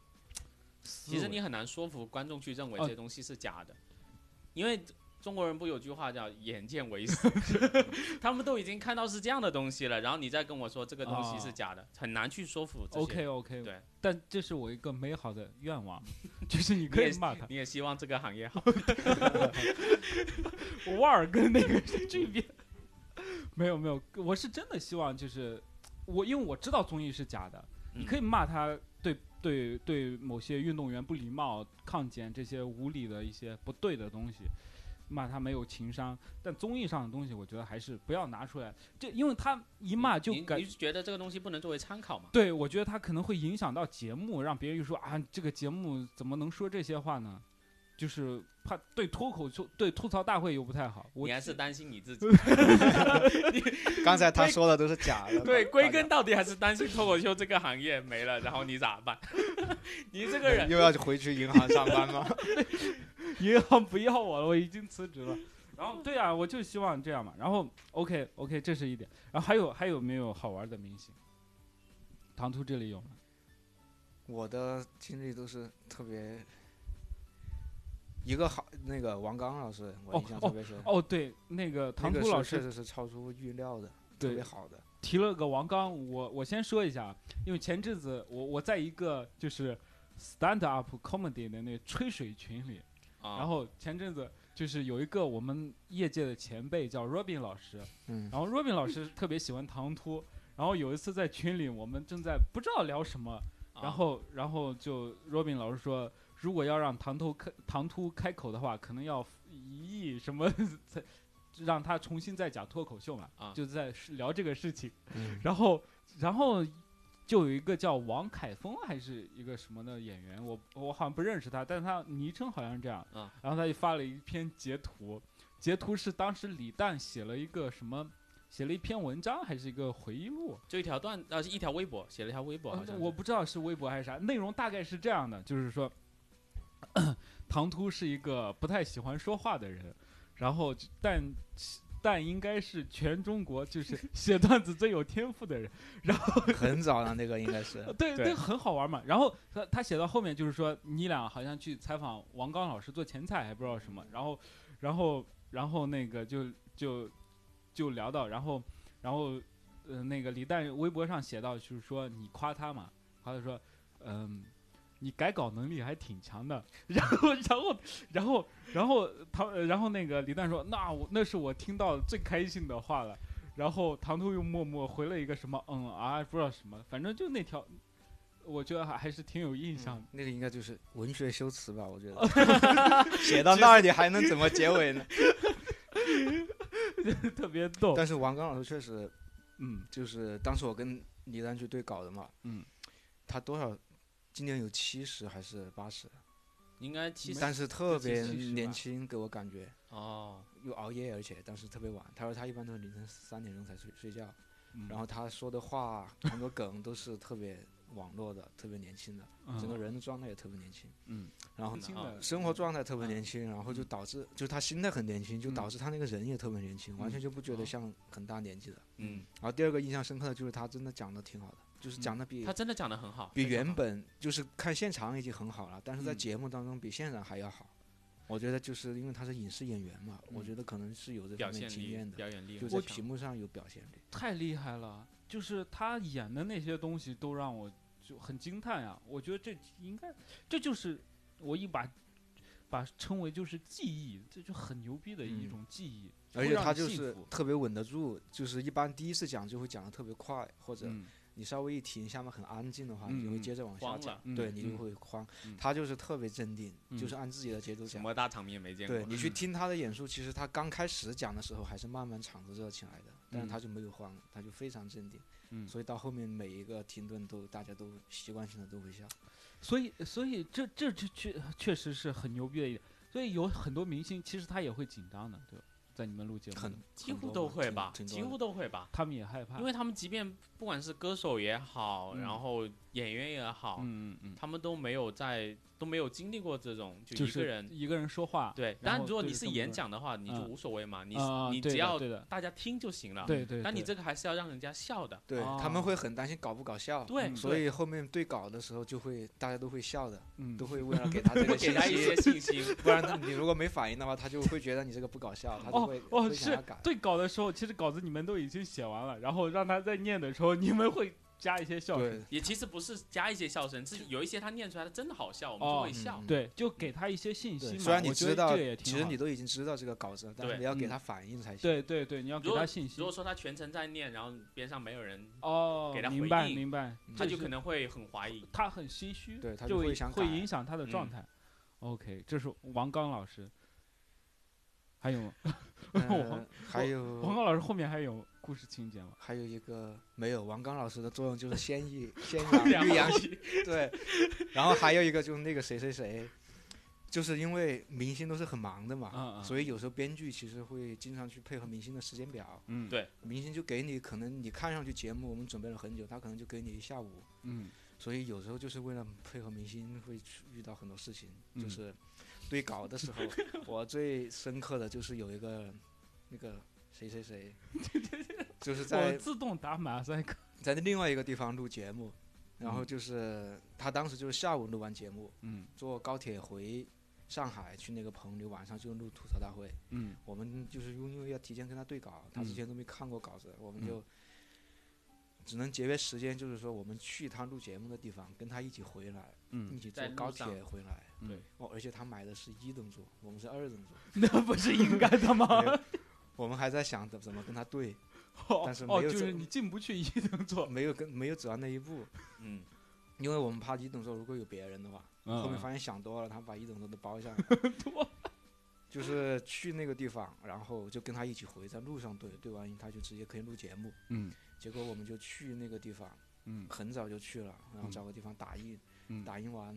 S1: 思维。
S2: 其实你很难说服观众去认为
S1: 哦
S2: 这些东西是假的，因为中国人不有句话叫“眼见
S1: [laughs]
S2: 为实”，他们都已经看到是这样的东西了，然后你再跟我说这个东西是假的，很难去说服这些。
S1: 哦 OK OK，
S2: 对，
S1: 但这是我一个美好的愿望， [laughs] 就是你
S2: 你
S1: 可
S2: 也
S1: 以骂他。
S2: [laughs] 你也希望这个行业好，
S1: 腕儿跟那个是区别。 [laughs] 没有没有，我是真的希望就是我，因为我知道综艺是假的，你可以骂他对对对某些运动员不礼貌、抗检这些无理的一些不对的东西，骂他没有情商。但综艺上的东西，我觉得还是不要拿出来，这因为他一
S2: 一
S1: 骂就
S2: 你
S1: 感
S2: 你是觉得这个东西不能作为参考嘛？
S1: 对，我觉得他可能会影响到节目，让别人就说啊，这个节目怎么能说这些话呢？就是怕对脱口秀、对吐槽大会又不太好。我
S2: 你还是
S1: 是
S2: 担心
S1: [laughs]
S2: 你自己。
S4: 刚才他说的都是
S1: [laughs]
S4: 假 [laughs] 的。
S2: 对，
S4: 大
S2: 归
S4: 家
S2: 根到底还是担心脱口秀这个行业没了，然后你咋办？ [laughs] 你这个人
S4: 又要回去银行上班吗？ [laughs]
S1: [laughs] 银行不要我了，我已经辞职了。然后对啊，我就希望这样嘛。然后 OK OK，这是一点。然后还有还有没有好玩的明星？唐突这里有吗？
S4: 我的经历都是特别。一个好，那个王刚老师，我印象特别深。
S1: 哦，对，那个唐
S4: 那个
S1: 突老
S4: 是确
S1: 师
S4: 实是超出预料的，特
S1: 对
S4: 别好的。
S1: 提了个王刚，我我先说一下啊，因为前阵子我我在一个就是 stand up comedy 的那吹水群里，
S2: 啊，
S1: 然后前阵子就是有一个我们业界的前辈叫 Robin 老师，
S4: 嗯，
S1: 然后 Robin 老师特别喜欢唐突，然后有一次在群里我们正在不知道聊什么，
S2: 啊
S1: 然后然后就 Robin 老师说，如果要让唐突开唐突开口的话，可能要一亿什么才让他重新再讲脱口秀嘛，
S2: 啊
S1: 就在是聊这个事情，
S4: 嗯
S1: 然后然后。就有一个叫王凯峰还是一个什么的演员，我我好像不认识他，但是他昵称好像是这样。
S2: 啊
S1: 然后他就发了一篇截图，截图是当时李诞写了一个什么，写了一篇文章还是一个回忆录，
S2: 就一条段，呃，一条微博，写了一条微博，好像
S1: 呃
S2: 是
S1: 我不知道是微博还是啥，内容大概是这样的，就是说，唐突是一个不太喜欢说话的人，然后就但但应该是全中国就是写段子最有天赋的人， [laughs]
S4: 很早了，那个应该是
S1: 对
S2: 对
S1: 对，很好玩嘛。然后他他写到后面就是说，你俩好像去采访王刚老师做前菜，还不知道什么。然后，然后，然后那个就就就聊到，然后，然后，呃，那个李诞微博上写到，就是说你夸他嘛，夸他说，嗯。你改稿能力还挺强的，然后，然后，然后，然后唐，呃然后那个李诞说，那我那是我听到最开心的话了。然后唐突又默默回了一个什么嗯啊，不知道什么，反正就那条，我觉得还还是挺有印象的。
S4: 嗯那个应该就是文学修辞吧，我觉
S1: [laughs]
S4: 得写到那里还能怎么结尾呢？
S1: [laughs] 特别逗。
S4: 嗯但是王刚老师确实
S1: 嗯
S4: 就是当时我跟李诞去对稿的嘛，
S1: 嗯，
S4: 他多少今年有七十还是八十，
S2: 应该七
S4: 但是特别
S1: 70是吧
S4: 年轻，给我感觉
S2: 哦，
S4: 又熬夜，而且当时特别晚。他说他一般都是凌晨三点钟才睡睡觉，
S1: 嗯，
S4: 然后他说的话很多梗都是特别网络的，特别年轻的，整个
S1: 嗯
S4: 人的状态也特别年轻，
S1: 嗯，
S4: 然后
S1: 年轻的
S4: 生活状态特别年轻，然后就
S1: 嗯
S4: 导致就他心态很年轻，就
S1: 嗯
S4: 导致他那个人也特别年轻，完全就不觉
S2: 哦
S4: 得像很大年纪的。
S2: 嗯，
S4: 然后第二个印象深刻的就是他真的讲的挺好的，就是讲的比
S2: 嗯他真的讲的很好，
S4: 比
S2: 非常
S4: 原
S2: 好
S4: 本就是看现场已经很好了，但是在
S1: 嗯
S4: 节目当中比现场还要好。我觉得就是因为他是影视演员嘛，我觉得可能是有这
S2: 表
S4: 方
S2: 现
S4: 面经验
S2: 力、
S4: 的，
S2: 表演力
S4: 就
S2: 很
S4: 在
S2: 强，
S4: 屏幕上有表现力。
S1: 太厉害了，就是他演的那些东西都让我就很惊叹呀、我觉得这应该这就是我一把把称为就是技艺，这就很牛逼的一
S4: 嗯
S1: 种技艺。
S4: 而
S1: 会
S4: 且
S1: 让
S4: 他
S1: 你
S4: 就
S1: 信
S4: 是
S1: 服
S4: 特别稳得住，就是一般第一次讲就会讲的特别快，或者
S1: 嗯
S4: 你稍微一停下面很安静的话，
S1: 嗯
S4: 你就会
S1: 嗯
S4: 接着往下
S2: 慌
S4: 讲
S2: 了，
S1: 嗯
S4: 对你就
S1: 嗯
S4: 会慌
S1: 嗯。
S4: 他就是特别镇定，就是
S1: 嗯
S4: 按自己的节奏
S2: 什
S4: 讲。
S2: 么大场面没见过
S4: 对，你去
S1: 嗯
S4: 听他的演述，其实他刚开始讲的时候还是慢慢场子热起来的，但是
S1: 嗯
S4: 他就没有慌，他就非常镇定，
S1: 嗯，
S4: 所以到后面每一个停顿都大家都习惯性的都会笑。
S1: 所以所以这这这确确实是很牛逼的一点。所以有很多明星其实他也会紧张的，对吧？在你们录节目的时候，
S4: 很
S2: 几乎都会吧，几乎都会吧，
S1: 他们也害怕，
S2: 因为他们即便不管是歌手也好，
S1: 啊嗯
S2: 然后演员也好，
S1: 嗯嗯嗯，
S2: 他们都没有在都没有经历过这种就
S1: 就
S2: 一
S1: 是
S2: 个人。
S1: 一个人说话，
S2: 对，
S1: 然
S2: 当然
S1: 后
S2: 如果
S1: 对
S2: 你
S1: 着
S2: 是
S1: 这么多
S2: 演
S1: 人
S2: 讲的话，你就
S1: 嗯
S2: 无所谓嘛，你
S1: 啊
S2: 你
S1: 对
S2: 只
S1: 的
S2: 要
S1: 对的，
S2: 大家听就行了。
S1: 对对，
S2: 但你
S1: 对
S2: 这个还是要让人家笑的。
S4: 对、
S1: 哦
S4: 他们会很担心搞不搞笑，
S2: 对
S1: 嗯
S4: 嗯所以后面对稿的时候就会大家都会笑的，
S1: 嗯
S4: 都会
S2: [laughs]
S4: 为了给他这
S2: 我
S4: 个
S2: 给
S4: 信
S2: 他一些
S4: 息，，
S2: 信心
S4: 不然他你如果没反应的话，他就会觉得你这个不搞笑，他就
S1: 哦
S4: 会、
S1: 哦
S4: 会想
S1: 是
S4: 要改。
S1: 对稿的时候，其实稿子你们都已经写完了，然后让他在念的时候，你们会加一些笑声，
S4: 对
S2: 也其实不是加一些笑声，是有一些他念出来的真的好笑，我们
S1: 哦
S2: 就会笑。
S4: 嗯
S1: 对，就给他一些信息
S4: 对，
S1: 嘛。
S4: 虽然
S1: 我
S4: 你
S1: 觉
S4: 知
S1: 得
S4: 道
S1: 这个也，挺
S4: 其实
S1: 好
S4: 你都已经知道这个稿子了，但是
S2: 对
S4: 你要给
S1: 嗯
S4: 他反应才行。
S1: 对对对，你要给
S2: 如果
S1: 他信息
S2: 如。果说他全程在念，然后边上没有人，
S1: 哦
S2: 给他，
S1: 明
S2: 回
S1: 白
S2: 应
S1: 明白，
S4: 嗯
S2: 他就
S1: 可
S2: 可能会很
S1: [laughs]
S2: 怀疑。
S1: 他很心虚，
S4: 对他
S1: 就
S4: 就会想
S1: 会
S4: 改
S1: 影响他的状
S2: 嗯
S1: 态。OK，这是王刚老师，还有吗？
S4: 嗯，还
S1: 王
S4: 有
S1: 刚老师后面还有故事情节吗？
S4: 还有一个没有王刚老师的作用就是
S1: [laughs]
S4: 先抑先扬抑扬对，然后还有一个就是那个谁谁谁，就是因为明星都是很忙的嘛，
S1: 嗯嗯，
S4: 所以有时候编剧其实会经常去配合明星的时间表，
S1: 嗯
S2: 对
S4: 明星就给你可能你看上去节目我们准备了很久，他可能就给你一下午，
S1: 嗯
S4: 所以有时候就是为了配合明星会去遇到很多事情，
S1: 嗯
S4: 就是对稿的时
S1: [laughs]
S4: 候，我最深刻的就是有一个那个谁
S1: [laughs]
S4: 谁谁，就是
S1: 我
S4: 在
S1: 自动打马赛克。
S4: 在另外一个地方录节目，然后
S1: 嗯
S4: 就是他当时就是下午录完节目，
S1: 嗯
S4: 坐高铁回上海去那个棚里，晚上就录吐槽大会。
S1: 嗯
S4: 我们就是因为要提前跟他对稿，他之
S1: 嗯
S4: 前都没看过稿子，我们
S1: 嗯
S4: 就只能节约时间，就是说我们去他录节目的地方，跟他一起回来，一
S1: 嗯，
S4: 起坐
S2: 在路
S4: 高
S2: 上
S4: 铁回来。
S1: 对，
S4: 哦，而且他买的是一等座，我们是二等座，
S1: [laughs] 嗯那不是应该的吗？
S4: 没有我们还在想怎怎么跟他对，
S1: 哦
S4: 但是没
S1: 哦，
S4: 有
S1: 就
S4: 这
S1: 是你进不去一等座。
S4: 没有跟没有走到那一步，
S2: 嗯，
S4: 因为我们怕一等座如果有别人的话，后面发现想多了，他把一等座都
S1: [laughs]
S4: 包下来
S1: 嗯多
S4: 了。就是去那个地方，然后就跟他一起回，在路上对对完音，他就直接可以录节目。
S1: 嗯
S4: 结果我们就去那个地方，
S1: 嗯
S4: 很早就去了，然后
S1: 嗯
S4: 找个地方打印，
S1: 嗯
S4: 打印完，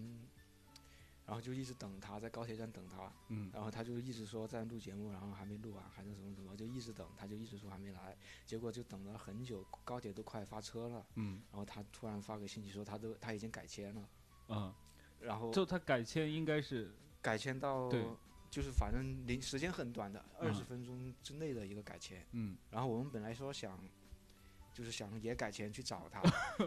S4: 然后就一直等他，在高铁站等他，
S1: 嗯
S4: 然后他就一直说在录节目，然后还没录完，还是什么什么，就一直等，他就一直说还没来，结果就等了很久，高铁都快发车了，
S1: 嗯
S4: 然后他突然发个信息说他都他已经改签了，
S1: 啊，
S4: 然后
S1: 就他改签应该是
S4: 改签到
S1: 对
S4: 就是反正零时间很短的，二十
S1: 嗯
S4: 分钟之内的一个改签，
S1: 嗯
S4: 然后我们本来说想，就是想也改签去
S1: [laughs]
S4: 找他，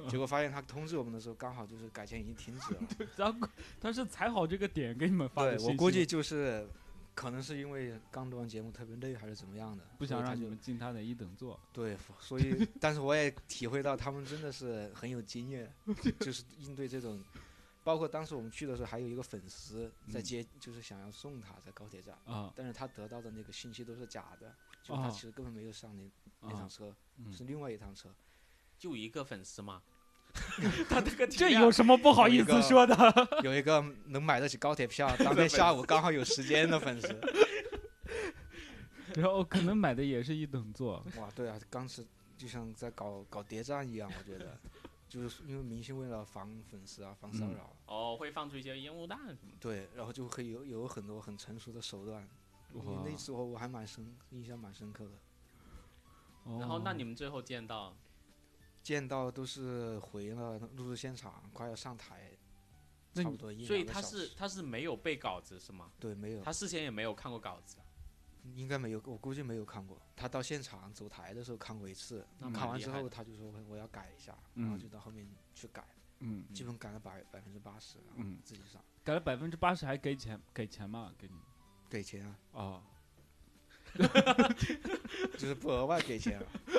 S4: 结果发现他通知我们的时候，刚好就是改签已经停止了。
S1: 然后他是踩好这个点给你们发的信息
S4: 我
S1: 吗
S4: 估计就是，可能是因为刚录完节目特别累还是怎么样的，
S1: 不
S4: 所
S1: 想
S4: 以他
S1: 让你
S4: 就
S1: 们进他的一等座。 [laughs]
S4: 对，所以但是我也体会到他们真的是很有
S1: [laughs]
S4: 经验，就是应对这种。包括当时我们去的时候，还有一个粉丝在
S1: 嗯
S4: 接，就是想要送他在高铁站， [laughs]
S1: 啊
S4: 但是他得到的那个信息都是假的，就他
S1: 哦
S4: 其实根本没有上那那
S1: 啊
S4: 趟车，
S1: 嗯
S4: 是另外一趟车。
S2: 就一个粉丝嘛， [laughs] 他这个体
S1: 这
S2: 量
S1: 有什么不好意思说的？
S4: 有一个能买得起高
S1: [laughs]
S4: 铁票，当天下午刚好有时间的粉丝。
S1: [laughs] 然后可能买的也是一等座。
S4: 哇，对啊，当时就像在搞搞谍战一样，我觉得，就是因为明星为了防粉丝啊、防骚
S1: 嗯
S4: 扰啊，
S2: 哦，会放出一些烟雾弹什么的。
S4: 对，然后就会有有很多很成熟的手段。
S1: 哇
S4: 那次我我还蛮深，印象蛮深刻的。
S1: 哦
S2: 然后嗯那你们最后见到，
S4: 见到都是回了录制现场，快要上台，
S1: 那
S4: 差
S1: 你
S4: 不多一
S2: 所以
S4: 两个
S2: 他
S4: 小
S2: 是
S4: 时
S2: 他是没有背稿子是吗？
S4: 对没有，
S2: 他事先也没有看过稿子，
S4: 应该没有，我估计没有看过。他到现场走台的时候看过一次，
S2: 那
S4: 看
S2: 蛮
S4: 完
S2: 厉
S4: 之
S2: 害
S4: 后
S2: 的。
S4: 他就说我我要改一下，然后
S1: 嗯
S4: 就到后面去改，
S1: 嗯，
S4: 基本改了百百分之八十，然后
S1: 嗯
S4: 自己上
S1: 改了百分之八十还给钱给钱吗？给你
S4: 给钱啊，
S1: 哦
S4: 就是不额外给钱了。啊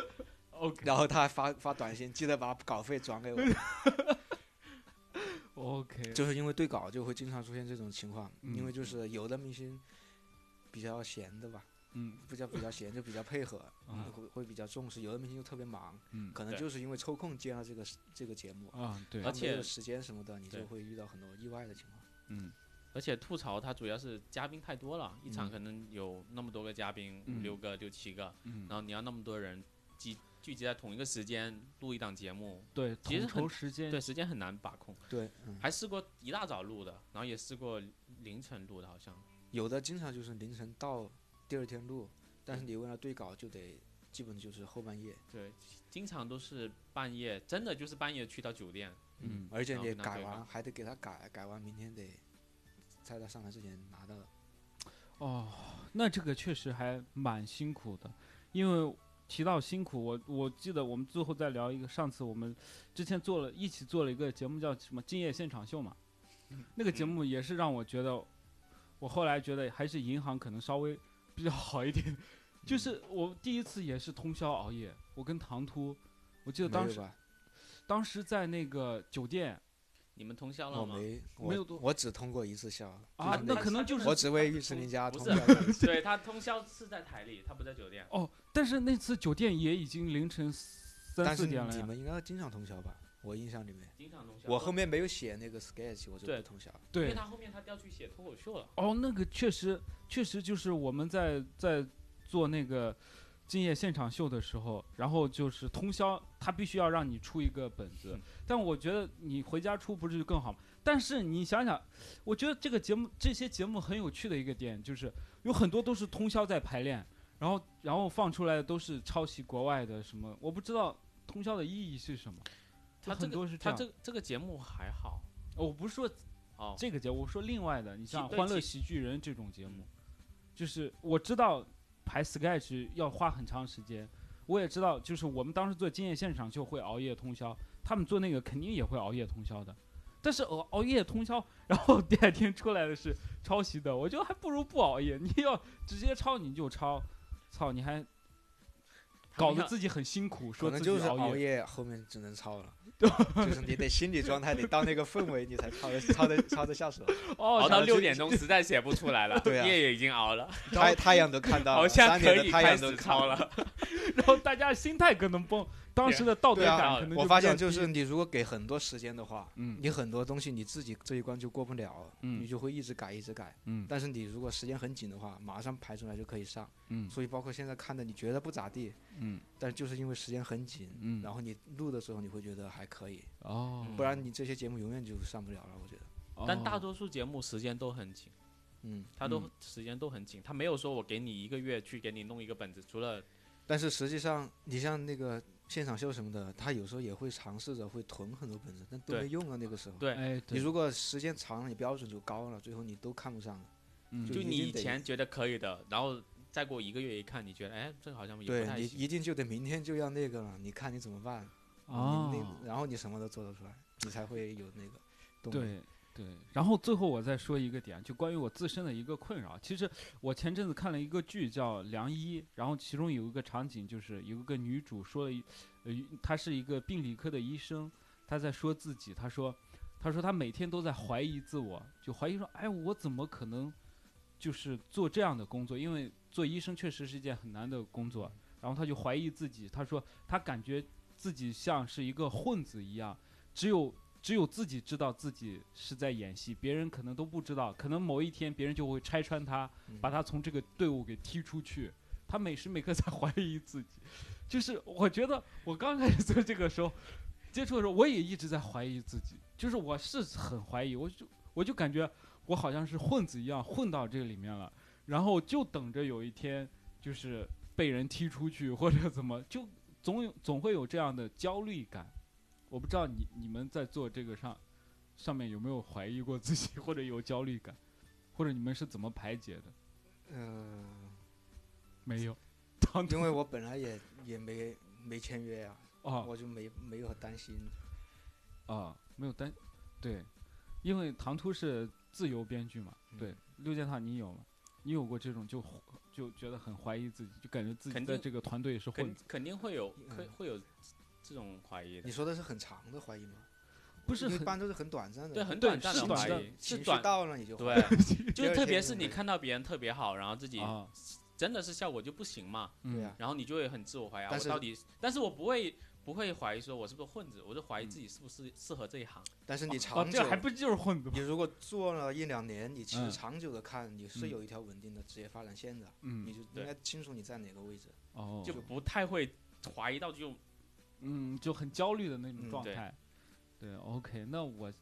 S1: ，OK
S4: [laughs] 然后他还发发短信，记得把稿费转给我。
S1: OK，
S4: 就是因为对稿就会经常出现这种情况，
S1: 嗯
S4: 因为就是有的明星比较闲的吧，
S1: 嗯
S4: 比较比较闲就比较配合，
S1: 啊
S4: 会会比较重视；有的明星就特别忙，
S1: 嗯
S4: 可能
S2: 对
S4: 就是因为抽空接了这个这个节目，
S1: 啊对
S2: 而
S4: 他没有
S2: 且
S4: 时间什么的，你
S2: 对
S4: 就会遇到很多意外的情况。
S1: 嗯
S2: 而且吐槽他主要是嘉宾太多了，一场
S1: 嗯
S2: 可能有那么多个嘉宾，
S1: 嗯
S2: 五六个、六七个，
S1: 嗯
S2: 然后你要那么多人集聚集在同一个时间录一档节目，
S1: 对，
S2: 其实
S1: 统筹
S2: 很
S1: 时间
S2: 对时间很难把控。
S4: 对，嗯，
S2: 还试过一大早录的，然后也试过凌晨录的，好像
S4: 有的经常就是凌晨到第二天录，但是你为了对稿就得基本就是后半夜，
S2: 对，经常都是半夜，真的就是半夜去到酒店，
S1: 嗯
S4: 而且
S2: 然后
S4: 你
S2: 跟他
S4: 改
S2: 对稿
S4: 完还得给他改，改完明天得在他上台之前拿到。
S1: 哦，那这个确实还蛮辛苦的，因为提到辛苦，我我记得我们最后再聊一个，上次我们之前做了一起做了一个节目叫什么《今夜现场秀》嘛，
S4: 嗯
S1: 那个节目也是让我觉得，我后来觉得还是银行可能稍微比较好一点，
S4: 嗯
S1: 就是我第一次也是通宵熬夜，我跟唐突，我记得
S4: 没有
S1: 当时
S4: 吧，
S1: 当时在那个酒店
S2: 你们通宵了
S4: 我
S2: 吗？
S4: 没，
S1: 没
S4: 我
S1: 有多
S4: 我只通过一次宵
S1: 啊
S4: 就是，
S1: 那
S4: 个
S1: 可能就是
S4: 我只为尉迟
S2: 通
S4: 林家
S2: 不
S4: 通
S2: 是
S4: 宵过 [laughs] 一
S2: [laughs]
S4: 次。
S2: 对他通宵是在台里，他不在酒店。
S1: 哦，但是那次酒店也已经凌晨三
S4: 但是
S1: 四点了
S4: 你
S1: 呀。
S4: 们应该经常通宵吧？我印象里面，
S2: 经常通宵。
S4: 我后，面没有写那个 sketch，我就
S2: 对
S4: 不通宵。
S2: 因
S1: 对
S2: 为，他后面他调去写脱口秀了。
S1: 哦，那个确实确实就是我们在在做那个今夜现场秀的时候，然后就是通宵，他必须要让你出一个本子，
S2: 嗯
S1: 但我觉得你回家出不是就更好吗？但是你想想，我觉得这个节目这些节目很有趣的一个点就是有很多都是通宵在排练，然后然后放出来的都是抄袭国外的什么，我不知道通宵的意义是什么。就
S2: 他这
S1: 很多
S2: 个
S1: 是这
S2: 他
S1: 样，
S2: 这个这个节目还好
S1: 哦我不是说
S2: 哦，
S1: 这个节目，我说另外的，你像《
S2: 对
S1: 欢乐
S2: 其嗯
S1: 喜剧人》这种节目，就是我知道排 sketch 要花很长时间，我也知道，就是我们当时做今夜现场秀会熬夜通宵，他们做那个肯定也会熬夜通宵的。但是熬熬夜通宵，然后第二天出来的是抄袭的，我觉得还不如不熬夜。你要直接抄你就抄，操，你还
S2: 他
S1: 搞
S2: 们
S1: 得
S2: 要
S1: 自己很辛苦，
S4: 可
S1: 说
S4: 能
S1: 自
S4: 就
S1: 己
S4: 是熬
S1: 夜。
S4: 夜，后面只能抄了，就是你得心理状态得到那个氛围，你才抄得抄得抄得下手。
S1: 哦，
S2: 熬
S1: 然
S2: 到
S1: 后
S2: 六点钟，实在写不出来了，
S4: [laughs] 对啊
S2: 夜也已经熬了，
S4: 太太阳都看到
S2: 好
S4: 了，
S2: 像
S4: 三
S2: 可
S4: 点的
S2: 以
S4: 太
S2: 开
S4: 阳都
S2: 始
S4: 看到
S2: 抄。了。
S1: [laughs] 然后大家心态可能崩，当时的道德
S4: 对啊
S1: 感可能
S4: 我
S1: 就
S4: 发
S1: 比较
S4: 现就
S1: 低
S4: 是你如果给很多时间的话，
S1: 嗯
S4: 你很多东西你自己这一关就过不了，
S1: 嗯
S4: 你就会一直改一直改。
S1: 嗯
S4: 但是你如果时间很紧的话，马上排出来就可以上。
S1: 嗯
S4: 所以包括现在看的你觉得不咋地，
S1: 嗯
S4: 但就是因为时间很紧，
S1: 嗯，
S4: 然后你录的时候你会觉得还可以，
S1: 哦，
S4: 不然你这些节目永远就上不了了。我觉得，
S2: 但大
S1: 多
S2: 多数节目时间都很紧，
S4: 哦嗯，
S2: 他都
S1: 嗯
S2: 时间都很紧，他没有说我给你一个月去给你弄一个本子，除了
S4: 但是实际上你像那个现场秀什么的，他有时候也会尝试着会囤很多本子，但都
S2: 对
S4: 没用啊。那个时候，
S2: 对
S1: 哎，
S4: 你
S1: 对，
S4: 如果时间长了，你标准就高了，最后你都看不上了。
S1: 嗯
S4: 就
S2: 就
S4: 一
S2: 你
S4: 定
S2: 以
S4: 得
S2: 前觉得可以的，然后再过一个月一看，你觉得哎，这个好像也不
S4: 对
S2: 太
S4: 你
S2: 行。
S4: 一定就得明天就要那个了，你看你怎么办？
S1: 哦
S4: 你，那然后你什么都做得出来，你才会有那个动力。
S1: 对对。然后最后我再说一个点，就关于我自身的一个困扰。其实我前阵子看了一个剧叫《良医》，然后其中有一个场景就是有一个女主说了一，呃，她是一个病理科的医生，她在说自己，她说，她说她每天都在怀疑自我，就怀疑说，哎，我怎么可能就是做这样的工作？因为做医生确实是一件很难的工作。然后她就怀疑自己，她说她感觉自己像是一个混子一样，只有只有自己知道自己是在演戏，别人可能都不知道。可能某一天别人就会拆穿他，
S4: 嗯
S1: 把他从这个队伍给踢出去。他每时每刻在 [laughs] 怀疑自己，就是我觉得我刚开始做这个时候，接触的时候，我也一直在怀疑自己，就是我是很怀疑，我就我就感觉我好像是混子一样混到这里面了，然后就等着有一天就是被人踢出去或者怎么，就总有总会有这样的焦虑感。我不知道你你们在做这个上上面有没有怀疑过自己，或者有焦虑感，或者你们是怎么排解的？
S4: 嗯、
S1: 没 [laughs] 有，当
S4: 因为我本来也也没没签约呀、
S1: 啊
S4: 我就没没有担心。
S1: 啊没有担对，因为唐突是自由编剧嘛，对
S4: 嗯，
S1: 六件套你有吗？你有过这种就就觉得很怀疑自己，就感觉自己
S2: 肯
S1: 在
S2: 定
S1: 这个团队是混
S2: 肯
S1: 子，
S2: 肯定会有，会
S4: 嗯
S2: 会有这种怀疑的
S4: 你，说的是很长的怀疑吗？
S1: 不是
S4: 一
S1: 很
S4: 般都是很短暂的，
S2: 对，很
S1: 对
S2: 短暂的
S1: 是
S2: 怀
S1: 短
S2: 疑，是
S4: 情绪
S2: 短，
S4: 到了你就会
S2: 对，
S4: [laughs] 第
S2: 就
S4: 二
S2: 特
S4: 天
S2: 别
S4: 就是
S2: 你
S4: 会哦
S2: 看到别人特别好，然后自己
S1: 啊，
S2: 真的是效果就不行嘛，
S4: 对
S1: 嗯
S4: 呀、
S2: 然后你就会很自我怀疑，啊
S4: 但
S2: 我
S4: 是
S2: 到底，但是我不会不会怀疑说我是不是混子，我就
S1: 嗯
S2: 怀疑自己是不是适合这一行。
S4: 但是你
S1: 哦，
S4: 长久，
S1: 这还不就是混子吗
S4: 你？如果做了一两年，你其
S1: 嗯
S4: 实长久的看，你是
S1: 嗯
S4: 有一条稳定的职业发展线的，
S1: 嗯
S4: 你就应
S2: 对
S4: 该清楚你在哪个位置。 [laughs]
S1: 哦，
S2: 就不太会怀疑到就
S1: 嗯，就很焦虑的那种
S4: 嗯
S1: 状
S2: 对
S1: 态。对，OK，那我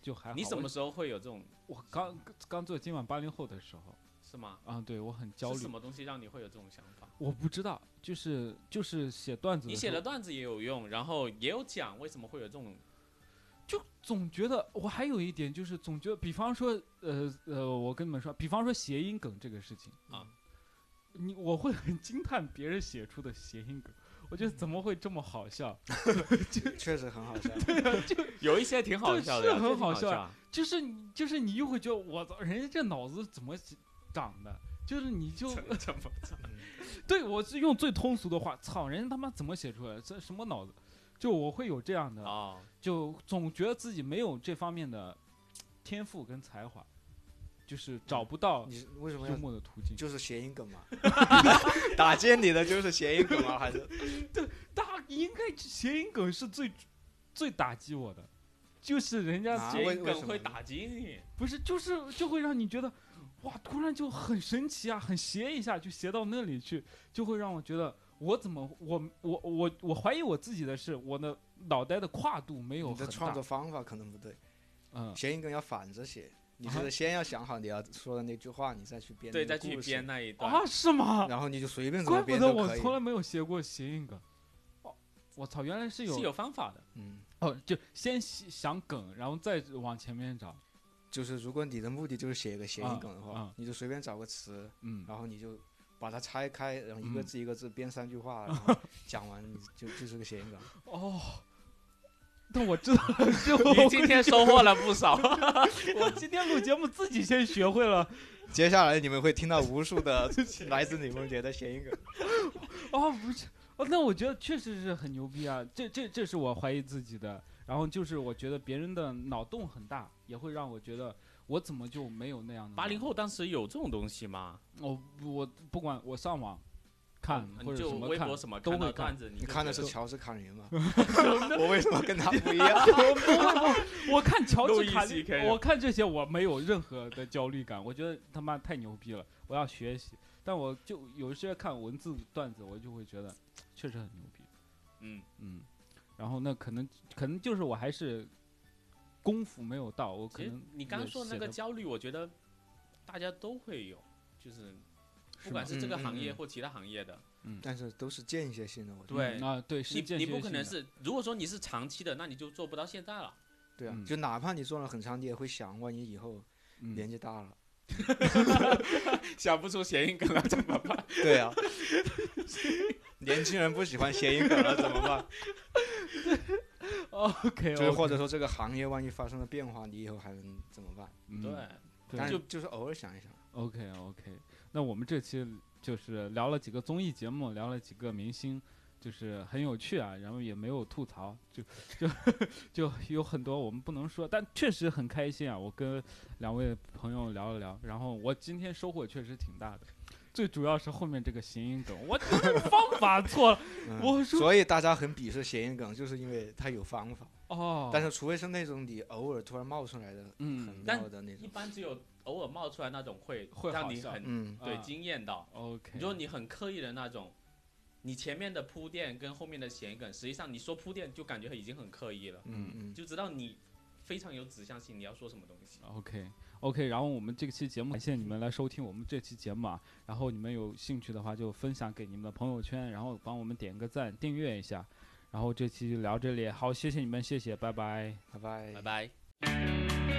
S1: 就还好。
S2: 你什
S1: 我
S2: 么时候会有这种
S1: 我刚刚做今晚八零后的时候，
S2: 是吗？
S1: 啊，对我很焦
S2: 是
S1: 虑
S2: 什，么东西让你会有这种想法？
S1: 我不知道，就是就是写段子，
S2: 你写了，段子也有用，然后也有讲为什么会有这种
S1: 就总觉得我还有一点就是总觉得，比方说，呃呃，我跟你们说，比方说谐音梗这个事情
S2: 啊，
S1: 你我会很惊叹别人写出的谐音梗，我觉得怎么会这么好笑？
S4: 确实很好笑。
S2: 有一些挺好笑的，
S1: 对是很
S2: 有一些挺
S1: 好
S2: 好
S1: 笑
S2: 啊。
S1: 就是你就是你又会觉得我操，人家这脑子怎么长的？就是你就 [laughs]
S2: 怎么
S1: 对我是用最通俗的话，操，人家他妈怎么写出来的？这什么脑子？就我会有这样的，
S2: 哦，
S1: 就总觉得自己没有这方面的天赋跟才华，就是找不到
S4: 你是为什么
S1: 幽
S4: 要？
S1: 默的途径。
S4: 就是谐音梗嘛，打击你的就是谐音梗吗？还是
S1: 大应该谐音梗是最最打击我的，就是人家
S4: 啊
S1: 谐
S2: 谐
S4: 为
S2: 音
S4: 为什
S2: 梗
S4: 么
S2: 会
S4: 呢
S2: 打击你。
S1: 不是，就是就会让你觉得，哇，突然就很神奇啊，很斜一下就斜到那里去，就会让我觉得我怎么我我我我怀疑我自己的是我的脑袋的跨度没有
S4: 你
S1: 很
S4: 的
S1: 大，
S4: 创作方法可能不对，
S1: 嗯，
S4: 谐音梗要反着写，你
S1: 啊
S4: 是先要想好你要说的那句话，你再去编
S2: 对，
S4: 那
S2: 再
S4: 个
S2: 去
S4: 故事
S2: 编，那一段。
S1: 啊是吗？
S4: 然后你就随便怎
S1: 怪
S4: 么
S1: 不
S4: 编
S1: 得
S4: 都
S1: 我
S4: 可以
S1: 从。来没有写过谐音梗，哦，我操，原来是有
S2: 是有方
S1: [laughs]
S2: 法的，
S4: 嗯，
S1: 哦，就先想想梗，然后再往前面找，
S4: 就是如果你的目的就是写一个谐
S1: 啊
S4: 音梗的话
S1: 啊，
S4: 你就随便找个词，
S1: 嗯，
S4: 然后你就把它拆开，然后一个
S1: 嗯
S4: 字一个字编三句话，然后讲完你就就是个谐音梗。
S1: 哦。但我知道了，就
S4: [laughs]
S2: 你
S1: 我
S2: 今天收获了不少。
S1: [laughs] 我 [laughs] 今天录节目自己先学会了，
S4: [laughs] 接下来你们会听到无数 [laughs] 的来自李梦洁的谐音梗。
S1: 哦，不是，哦，那我觉得确实是很牛逼啊！这这这是我怀疑自己的，然后就是我觉得别人的脑洞很大，也会让我觉得我怎么就没有那样的脑洞。
S2: 八零后当时有这种东西吗？
S1: 我不我不管我上网看
S2: 嗯
S1: 或者
S2: 哦就
S1: 什么
S2: 微
S1: 看
S2: 博什么
S1: 都
S2: 看
S1: 会
S2: 到
S1: 看
S2: 段子，你
S4: [laughs]
S2: 就
S4: 你看的
S2: 觉
S4: 是
S2: 得
S4: 乔治卡 [laughs] 林吗？我为什么跟他不一 [laughs] 样？
S1: 我看乔
S2: 路
S1: 治
S2: 易
S1: 卡利
S2: CK，
S1: 我看这些我没有任何的焦虑感，我觉得他妈太牛逼了，我要学习。但我就有些看文字段子，我就会觉得确实很牛逼，
S2: 嗯，
S1: 嗯。然后那可能可能就是我还是功夫没有到，我可
S2: 其实
S1: 能
S2: 你刚刚
S1: 也
S2: 说那
S1: 写
S2: 个
S1: 得
S2: 焦虑，我觉得大家都会有，就是
S1: 是
S2: 不管
S1: 吗
S2: 是这个
S4: 嗯嗯
S2: 行业
S4: 嗯
S2: 或其他行业的，
S4: 但是都是间歇性的，我觉得
S2: 对
S1: 嗯啊对是
S2: 你
S1: 间
S2: 你
S1: 歇
S2: 不可
S1: 性
S2: 能
S1: 的
S2: 是，如果说你是长期的，那你就做不到现在了。
S4: 对啊
S1: 嗯，
S4: 就哪怕你做了很长，你也会想，万一以后
S1: 嗯
S4: 年纪大了，
S2: [laughs] 想不出谐音梗了怎么办？
S4: 对啊， [laughs] 年轻人不喜欢谐音梗了怎么办？
S1: OK，
S4: 就是
S1: OK，
S4: 或者说这个行业万一发生了变化，你以后还能怎么办？
S1: 嗯
S2: 对，
S1: 对
S4: 但
S2: 就
S4: 就是偶尔想一想，
S1: OK OK，那我们这期就是聊了几个综艺节目，聊了几个明星，就是很有趣啊，然后也没有吐槽，就就就有很多我们不能说，但确实很开心啊。我跟两位朋友聊了聊，然后我今天收获确实挺大的。最主要是后面这个谐音梗，我觉得方法错了
S4: 嗯
S1: 我说
S4: 所以大家很鄙视谐音梗，就是因为它有方法，
S1: 哦。
S4: 但是除非是那种你偶尔突然冒出来的
S1: 嗯
S4: 很
S2: 但
S4: 妙的那
S2: 一
S4: 种，
S2: 般只有偶尔冒出来那种会
S1: 会
S2: 让
S1: 好
S2: 你
S1: 笑
S2: 很
S4: 嗯，
S2: 对
S1: 啊
S2: 惊艳到。
S1: ，OK，
S2: 你说你很刻意的那种，你前面的铺垫跟后面的谐音梗，实际上你说铺垫就感觉已经很刻意了，
S4: 嗯嗯，
S2: 就知道你非常有指向性，你要说什么东西。
S1: OK OK，然后我们这期节目感谢你们来收听我们这期节目啊，然后你们有兴趣的话就分享给你们的朋友圈，然后帮我们点个赞，订阅一下，然后这期就聊这里，好，谢谢你们，谢谢，拜拜。
S4: 拜拜
S2: 拜。拜。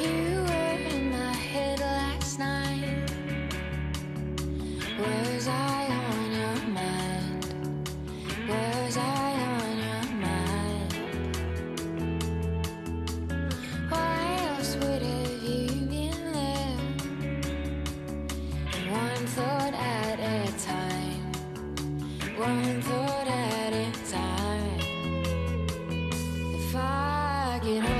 S5: You were in my head last night. Was I on your mind? Was I on your mind? Why else would have you been there? One thought at a time. One thought at a time. If I get home.